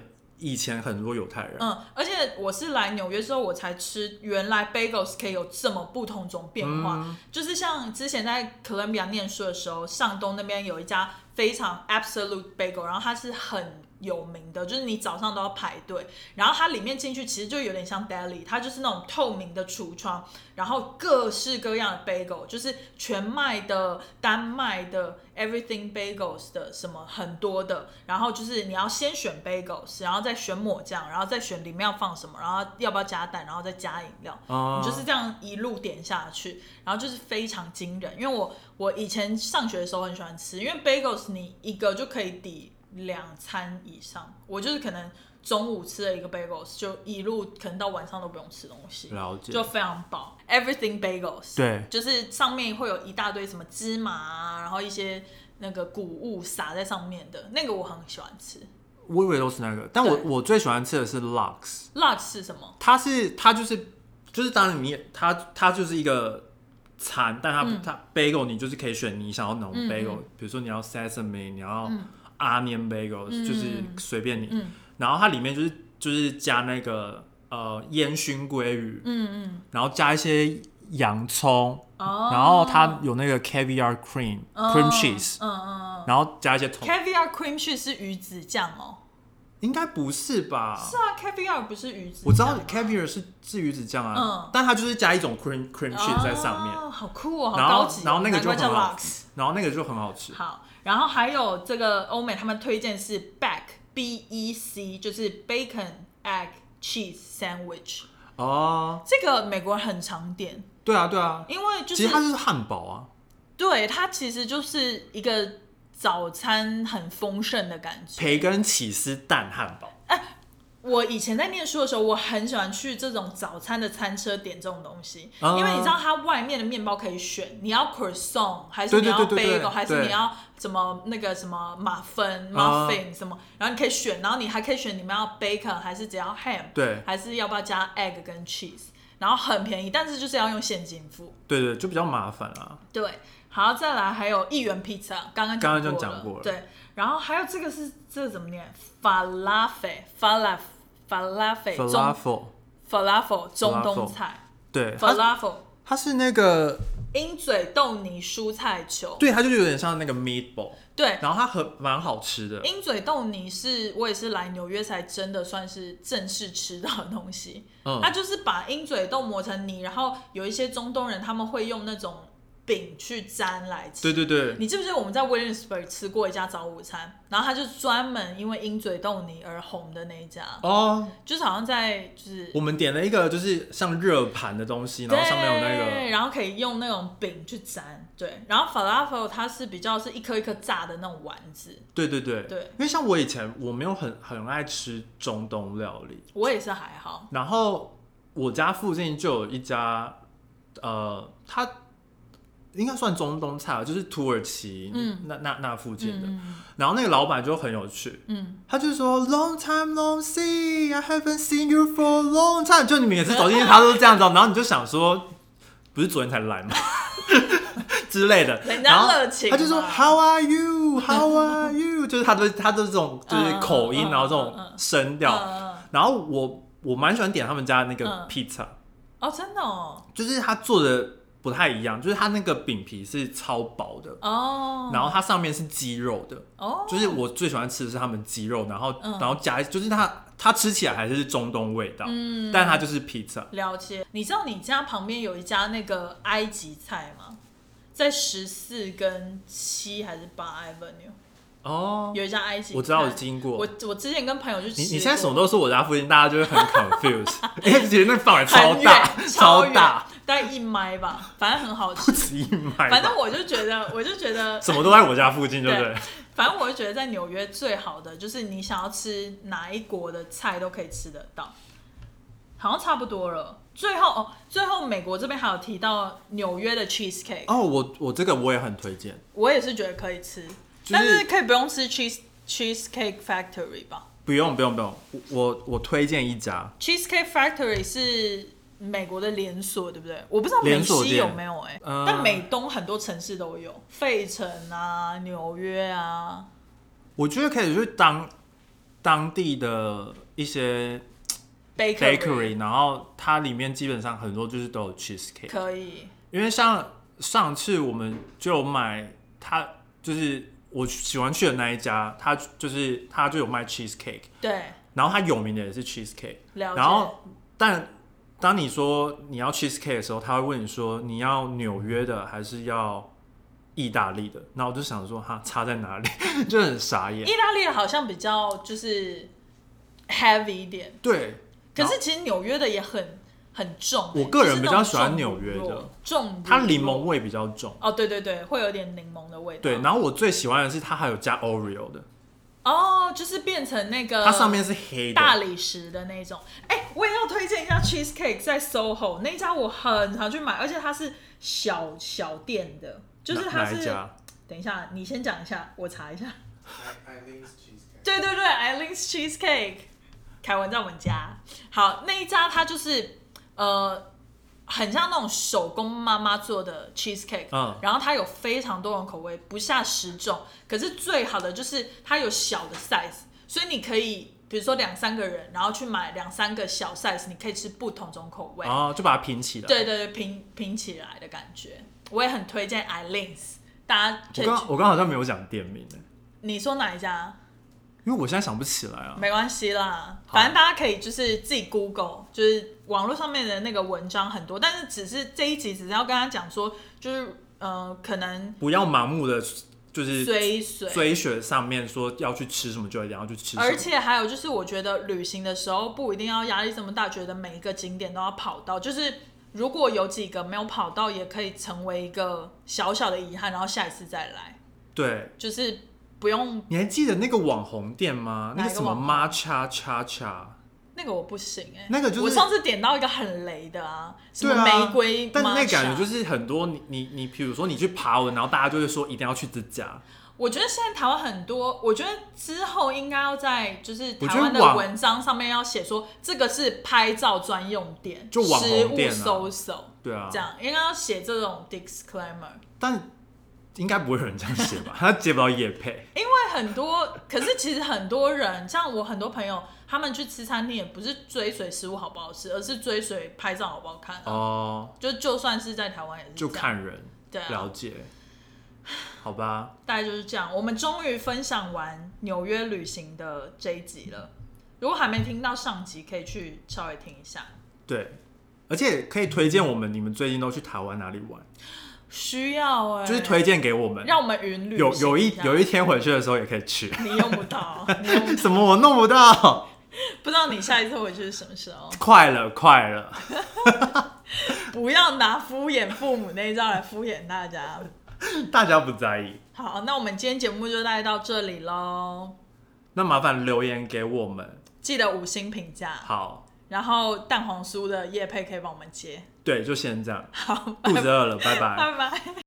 [SPEAKER 2] 以前很多犹太人，
[SPEAKER 1] 嗯，而且我是来纽约之后，我才吃原来 bagels 可以有这么不同种变化。
[SPEAKER 2] 嗯
[SPEAKER 1] 就是像之前在哥伦比亚念书的时候，上东那边有一家非常 absolute bagel，然后它是很有名的，就是你早上都要排队。然后它里面进去其实就有点像 deli，它就是那种透明的橱窗，然后各式各样的 bagel，就是全麦的、丹麦的、everything bagels 的什么很多的，然后就是你要先选 bagels，然后再选抹酱，然后再选里面要放什么，然后要不要加蛋，然后再加饮料，
[SPEAKER 2] 哦
[SPEAKER 1] 你就是这样一路点下去，然后就是非常惊人。因为我我以前上学的时候很喜欢吃，因为 bagels 你一个就可以抵两餐以上，我就是可能。中午吃了一个 bagels，就一路可能到晚上都不用吃东西。
[SPEAKER 2] 了解
[SPEAKER 1] 就非常饱，everything bagels，
[SPEAKER 2] 对
[SPEAKER 1] 就是上面会有一大堆什么芝麻啊，然后一些那个谷物撒在上面的那个我很喜欢吃。
[SPEAKER 2] 我以为都是那个，但我
[SPEAKER 1] 对
[SPEAKER 2] 我最喜欢吃的是 lux，
[SPEAKER 1] lux 是什么？
[SPEAKER 2] 它是它就是就是当然你也它它就是一个餐，但
[SPEAKER 1] 嗯
[SPEAKER 2] 它、它 bagel 你就是可以选你想要哪种 bagel，、比如说你要 sesame，你要
[SPEAKER 1] 嗯
[SPEAKER 2] onion bagel，、就是随便你。然后它里面就是就是加那个呃烟熏鲑鱼，嗯嗯，然后加一些洋葱，
[SPEAKER 1] 哦
[SPEAKER 2] 然后它有那个 caviar cream、cream cheese，
[SPEAKER 1] 嗯嗯
[SPEAKER 2] 然后加一些
[SPEAKER 1] 嗯
[SPEAKER 2] 葱，
[SPEAKER 1] ，caviar cream cheese 是鱼子酱哦。
[SPEAKER 2] 应该不是吧？
[SPEAKER 1] 是啊，caviar 不是鱼子酱吗，
[SPEAKER 2] 我知道 caviar 是是鱼子酱啊，
[SPEAKER 1] 嗯
[SPEAKER 2] 但它就是加一种 cream cream cheese 在上面，
[SPEAKER 1] 哦，好酷哦，好
[SPEAKER 2] 然后
[SPEAKER 1] 高级哦、
[SPEAKER 2] 然后那个
[SPEAKER 1] 难
[SPEAKER 2] 就
[SPEAKER 1] 怪
[SPEAKER 2] 很
[SPEAKER 1] 叫
[SPEAKER 2] 好
[SPEAKER 1] lux。
[SPEAKER 2] 吃，然后那个就很好吃。
[SPEAKER 1] 好，然后还有这个欧美他们推荐是 back b e c，就是 bacon egg cheese sandwich，
[SPEAKER 2] 哦，
[SPEAKER 1] 这个美国人很常点。
[SPEAKER 2] 对啊对啊，
[SPEAKER 1] 因为就
[SPEAKER 2] 其
[SPEAKER 1] 是
[SPEAKER 2] 实它就是汉堡啊，
[SPEAKER 1] 对它其实就是一个早餐很丰盛的感觉。
[SPEAKER 2] 培根起司蛋汉堡。
[SPEAKER 1] 我以前在念书的时候，我很喜欢去这种早餐的餐车点这种东西，
[SPEAKER 2] 啊
[SPEAKER 1] 因为你知道它外面的面包可以选，你要 croissant 还是
[SPEAKER 2] 对
[SPEAKER 1] 你要
[SPEAKER 2] 对对对对
[SPEAKER 1] bagel 还是
[SPEAKER 2] 对
[SPEAKER 1] 你要什么那个什么马芬
[SPEAKER 2] 啊
[SPEAKER 1] muffin 什么，然后你可以选，然后你还可以选你们要 bacon 还是只要 ham，
[SPEAKER 2] 对
[SPEAKER 1] 还是要不要加 egg 跟 cheese，然后很便宜，但是就是要用现金付。
[SPEAKER 2] 对对，就比较麻烦啊。
[SPEAKER 1] 对，好，再来还有一元披萨，刚刚过
[SPEAKER 2] 刚刚就
[SPEAKER 1] 了，
[SPEAKER 2] 讲过了
[SPEAKER 1] 对，然后还有这个是这个怎么念？falafel，falaf，falafel，中
[SPEAKER 2] falafel，
[SPEAKER 1] falafel 中东
[SPEAKER 2] falafel
[SPEAKER 1] 菜
[SPEAKER 2] 对，它
[SPEAKER 1] ，falafel
[SPEAKER 2] 它是那个，
[SPEAKER 1] 鹰嘴豆泥蔬菜球，
[SPEAKER 2] 对，它就是有点像那个 meatball，
[SPEAKER 1] 对，
[SPEAKER 2] 然后它很蛮好吃的。
[SPEAKER 1] 鹰嘴豆泥是我也是来纽约才真的算是正式吃到的东西。
[SPEAKER 2] 嗯
[SPEAKER 1] 它就是把鹰嘴豆磨成泥，然后有一些中东人他们会用那种饼去沾来吃。
[SPEAKER 2] 对对对，
[SPEAKER 1] 你记不记得我们在 Williamsburg 吃过一家早午餐，然后它就专门因为鹰嘴豆泥而红的那一家，
[SPEAKER 2] 哦，
[SPEAKER 1] 就是好像在就是
[SPEAKER 2] 我们点了一个就是像热盘的东西，然后上面有那
[SPEAKER 1] 对
[SPEAKER 2] 个，
[SPEAKER 1] 然后可以用那种饼去沾，对，然后 falafel 它是比较是一颗一颗炸的那种丸子，
[SPEAKER 2] 对对对
[SPEAKER 1] 对
[SPEAKER 2] 因为像我以前我没有很很爱吃中东料理，
[SPEAKER 1] 我也是还好，
[SPEAKER 2] 然后我家附近就有一家，呃，它应该算中东菜吧，就是土耳其，
[SPEAKER 1] 嗯，
[SPEAKER 2] 那那那附近的。
[SPEAKER 1] 嗯
[SPEAKER 2] 然后那个老板就很有趣，
[SPEAKER 1] 嗯，
[SPEAKER 2] 他就说 “Long time no see, I haven't seen you for a long time”，就你每次走进去他都是这样子哦，然后你就想说，不是昨天才来吗？ 之类的，
[SPEAKER 1] 人家
[SPEAKER 2] 然后
[SPEAKER 1] 热情
[SPEAKER 2] 他就说
[SPEAKER 1] 嘛
[SPEAKER 2] “How are you? How are you？” 就是他都他都是这种就是
[SPEAKER 1] 嗯
[SPEAKER 2] 口音，
[SPEAKER 1] 嗯
[SPEAKER 2] 然后这
[SPEAKER 1] 嗯嗯
[SPEAKER 2] 种
[SPEAKER 1] 嗯
[SPEAKER 2] 声
[SPEAKER 1] 嗯
[SPEAKER 2] 调，
[SPEAKER 1] 嗯
[SPEAKER 2] 然后我我蛮喜欢点他们家那个
[SPEAKER 1] 嗯
[SPEAKER 2] pizza，、
[SPEAKER 1] 哦，真的哦，
[SPEAKER 2] 就是它做的不太一样，就是它那个饼皮是超薄的，
[SPEAKER 1] 哦，
[SPEAKER 2] 然后它上面是鸡肉的，
[SPEAKER 1] 哦，
[SPEAKER 2] 就是我最喜欢吃的是他们鸡肉，然后、
[SPEAKER 1] 嗯
[SPEAKER 2] 然后加就是它它吃起来还是中东味道，
[SPEAKER 1] 嗯
[SPEAKER 2] 但它就是 pizza，
[SPEAKER 1] 了解。你知道你家旁边有一家那个埃及菜吗？在十四跟七还是八 Avenue
[SPEAKER 2] 哦，
[SPEAKER 1] 有一家埃及菜，
[SPEAKER 2] 我知道我经过
[SPEAKER 1] 嗯我我之前跟朋友去吃
[SPEAKER 2] 你
[SPEAKER 1] 过，
[SPEAKER 2] 你现在什么都是我家附近，大家就会很 confused，因为其实那范围 超
[SPEAKER 1] 很远
[SPEAKER 2] 大
[SPEAKER 1] 超远
[SPEAKER 2] 大，，
[SPEAKER 1] 大概一麦吧，反正很好
[SPEAKER 2] 不
[SPEAKER 1] 吃。
[SPEAKER 2] 止一买吧，
[SPEAKER 1] 反正我就觉得，我就觉得，
[SPEAKER 2] 什么都在我家附近，对不对
[SPEAKER 1] 对？反正我就觉得在纽约最好的就是你想要吃哪一国的菜都可以吃得到，好像差不多了。最后哦，最后美国这边还有提到纽约的 cheesecake，
[SPEAKER 2] 哦，我我这个我也很推荐，
[SPEAKER 1] 我也是觉得可以吃，
[SPEAKER 2] 就是
[SPEAKER 1] 但是可以不用吃 cheese cheesecake factory 吧？
[SPEAKER 2] 不用不用不用，我我推荐一家
[SPEAKER 1] Cheesecake Factory 是美国的连锁，对不对？我不知道美
[SPEAKER 2] 连锁
[SPEAKER 1] 西
[SPEAKER 2] 店
[SPEAKER 1] 有没有哎、
[SPEAKER 2] 嗯
[SPEAKER 1] 但美东很多城市都有，费城啊、纽约啊，
[SPEAKER 2] 我觉得可以去当当地的一些
[SPEAKER 1] bakery,
[SPEAKER 2] bakery，然后它里面基本上很多就是都有 cheesecake，
[SPEAKER 1] 可以，
[SPEAKER 2] 因为像上次我们就买它就是我喜欢去的那一家，它就是它就有卖 cheesecake，
[SPEAKER 1] 对，
[SPEAKER 2] 然后它有名的也是 cheesecake，
[SPEAKER 1] 了解。
[SPEAKER 2] 然后但当你说你要 cheesecake 的时候，他会问你说你要纽约的还是要意大利的，那我就想说哈差在哪里， 就很傻眼。
[SPEAKER 1] 意大利好像比较就是 heavy 一点，
[SPEAKER 2] 对，
[SPEAKER 1] 可
[SPEAKER 2] 然后
[SPEAKER 1] 是其实纽约的也很很重欸、
[SPEAKER 2] 我个人
[SPEAKER 1] 就是
[SPEAKER 2] 比
[SPEAKER 1] 那种
[SPEAKER 2] 较喜欢
[SPEAKER 1] 重
[SPEAKER 2] 纽约
[SPEAKER 1] 乳
[SPEAKER 2] 的
[SPEAKER 1] 酪，重
[SPEAKER 2] 它
[SPEAKER 1] 乳
[SPEAKER 2] 柠檬
[SPEAKER 1] 酪
[SPEAKER 2] 味比较重。
[SPEAKER 1] 哦，对对对，会有点柠檬的味道。
[SPEAKER 2] 对，然后我最喜欢的是它还有加 Oreo 的，
[SPEAKER 1] 哦，就是变成那个
[SPEAKER 2] 它上面是黑
[SPEAKER 1] 大
[SPEAKER 2] 的。
[SPEAKER 1] 理石的那种。哎、我也要推荐一下 Cheesecake 在 SOHO 那家，我很常去买，而且它是小小店的，就是
[SPEAKER 2] 哪
[SPEAKER 1] 它
[SPEAKER 2] 哪一
[SPEAKER 1] 是。
[SPEAKER 2] 家？
[SPEAKER 1] 等一下，你先讲一下，我查一下。
[SPEAKER 3] I, I think it's cheesecake.
[SPEAKER 1] 对对对，Eileen's Cheesecake，凯文在我们家。好，那一家它就是呃，很像那种手工妈妈做的 cheesecake，
[SPEAKER 2] 嗯
[SPEAKER 1] 然后它有非常多种口味，不下十种。可是最好的就是它有小的 size，所以你可以比如说两三个人，然后去买两三个小 size，你可以吃不同种口味。
[SPEAKER 2] 哦，就把它拼起来。
[SPEAKER 1] 对对对，拼拼起来的感觉，我也很推荐 Eileen's。大家
[SPEAKER 2] 我
[SPEAKER 1] 去，
[SPEAKER 2] 刚我刚好像没有讲店名呢，
[SPEAKER 1] 你说哪一
[SPEAKER 2] 啊
[SPEAKER 1] 家？
[SPEAKER 2] 因为我现在想不起来啊。
[SPEAKER 1] 没关系啦，
[SPEAKER 2] 好
[SPEAKER 1] 反正大家可以就是自己 Google，就是网络上面的那个文章很多，但是只是这一集只是要跟他讲说，就是呃，可能
[SPEAKER 2] 不要盲目的就是
[SPEAKER 1] 追随，
[SPEAKER 2] 追学上面说要去吃什么就一定要去吃什么，
[SPEAKER 1] 而且还有就是，我觉得旅行的时候不一定要压力这么大，觉得每一个景点都要跑到，就是如果有几个没有跑到，也可以成为一个小小的遗憾，然后下一次再来，
[SPEAKER 2] 对，
[SPEAKER 1] 就是不用
[SPEAKER 2] 你还记得那个网红店吗？
[SPEAKER 1] 哪一
[SPEAKER 2] 那
[SPEAKER 1] 个
[SPEAKER 2] 个什么
[SPEAKER 1] 网红
[SPEAKER 2] 妈叉叉叉，
[SPEAKER 1] 那个我不行哎、
[SPEAKER 2] 那个就是
[SPEAKER 1] 我上次点到一个很雷的啊，什
[SPEAKER 2] 对
[SPEAKER 1] 么
[SPEAKER 2] 啊，
[SPEAKER 1] 玫瑰、。
[SPEAKER 2] 但那感觉就是是很多你你你，比如说你去爬文，然后大家就会说一定要去这家，
[SPEAKER 1] 我觉得现在台湾很多，我觉得之后应该要在就是台湾的
[SPEAKER 2] 我觉得网
[SPEAKER 1] 文章上面要写说这个是拍照专用店，
[SPEAKER 2] 就网
[SPEAKER 1] 食
[SPEAKER 2] 红
[SPEAKER 1] 物
[SPEAKER 2] 店啊
[SPEAKER 1] 搜搜
[SPEAKER 2] 对啊
[SPEAKER 1] 这，样，应该要写这种 disclaimer。
[SPEAKER 2] 但应该不会有人这样写 吧？他接不到夜配，
[SPEAKER 1] 因为很多，可是其实很多人，像我很多朋友，他们去吃餐厅也不是追随食物好不好吃，而是追随拍照好不好看、啊。
[SPEAKER 2] 哦，
[SPEAKER 1] 就就算是在台湾也是
[SPEAKER 2] 就
[SPEAKER 1] 这样，
[SPEAKER 2] 看人
[SPEAKER 1] 对啊
[SPEAKER 2] 了，解，好吧，
[SPEAKER 1] 大概就是这样。我们终于分享完纽约旅行的这一集了。如果还没听到上集，可以去稍微听一下。
[SPEAKER 2] 对。而且可以推荐我们，你们最近都去台湾哪里玩？
[SPEAKER 1] 需要哎、
[SPEAKER 2] 就是推荐给我们，
[SPEAKER 1] 让我们云旅
[SPEAKER 2] 有有一有
[SPEAKER 1] 一
[SPEAKER 2] 一天回去的时候也可以 去。
[SPEAKER 1] 你用不到， 你用不
[SPEAKER 2] 什么我弄不到？
[SPEAKER 1] 不知道你下一次回去是什么时候？
[SPEAKER 2] 快了，快了。
[SPEAKER 1] 不要拿敷衍父母那一招来敷衍大家。
[SPEAKER 2] 大家不在意，
[SPEAKER 1] 好，那我们今天节目就大概到这里喽。
[SPEAKER 2] 那麻烦留言给我们。
[SPEAKER 1] 记得五星评价，
[SPEAKER 2] 好，
[SPEAKER 1] 然后蛋黄酥的叶配可以帮我们接。
[SPEAKER 2] 对，就先这样。
[SPEAKER 1] 好，
[SPEAKER 2] 肚子饿了，拜拜。
[SPEAKER 1] 拜拜。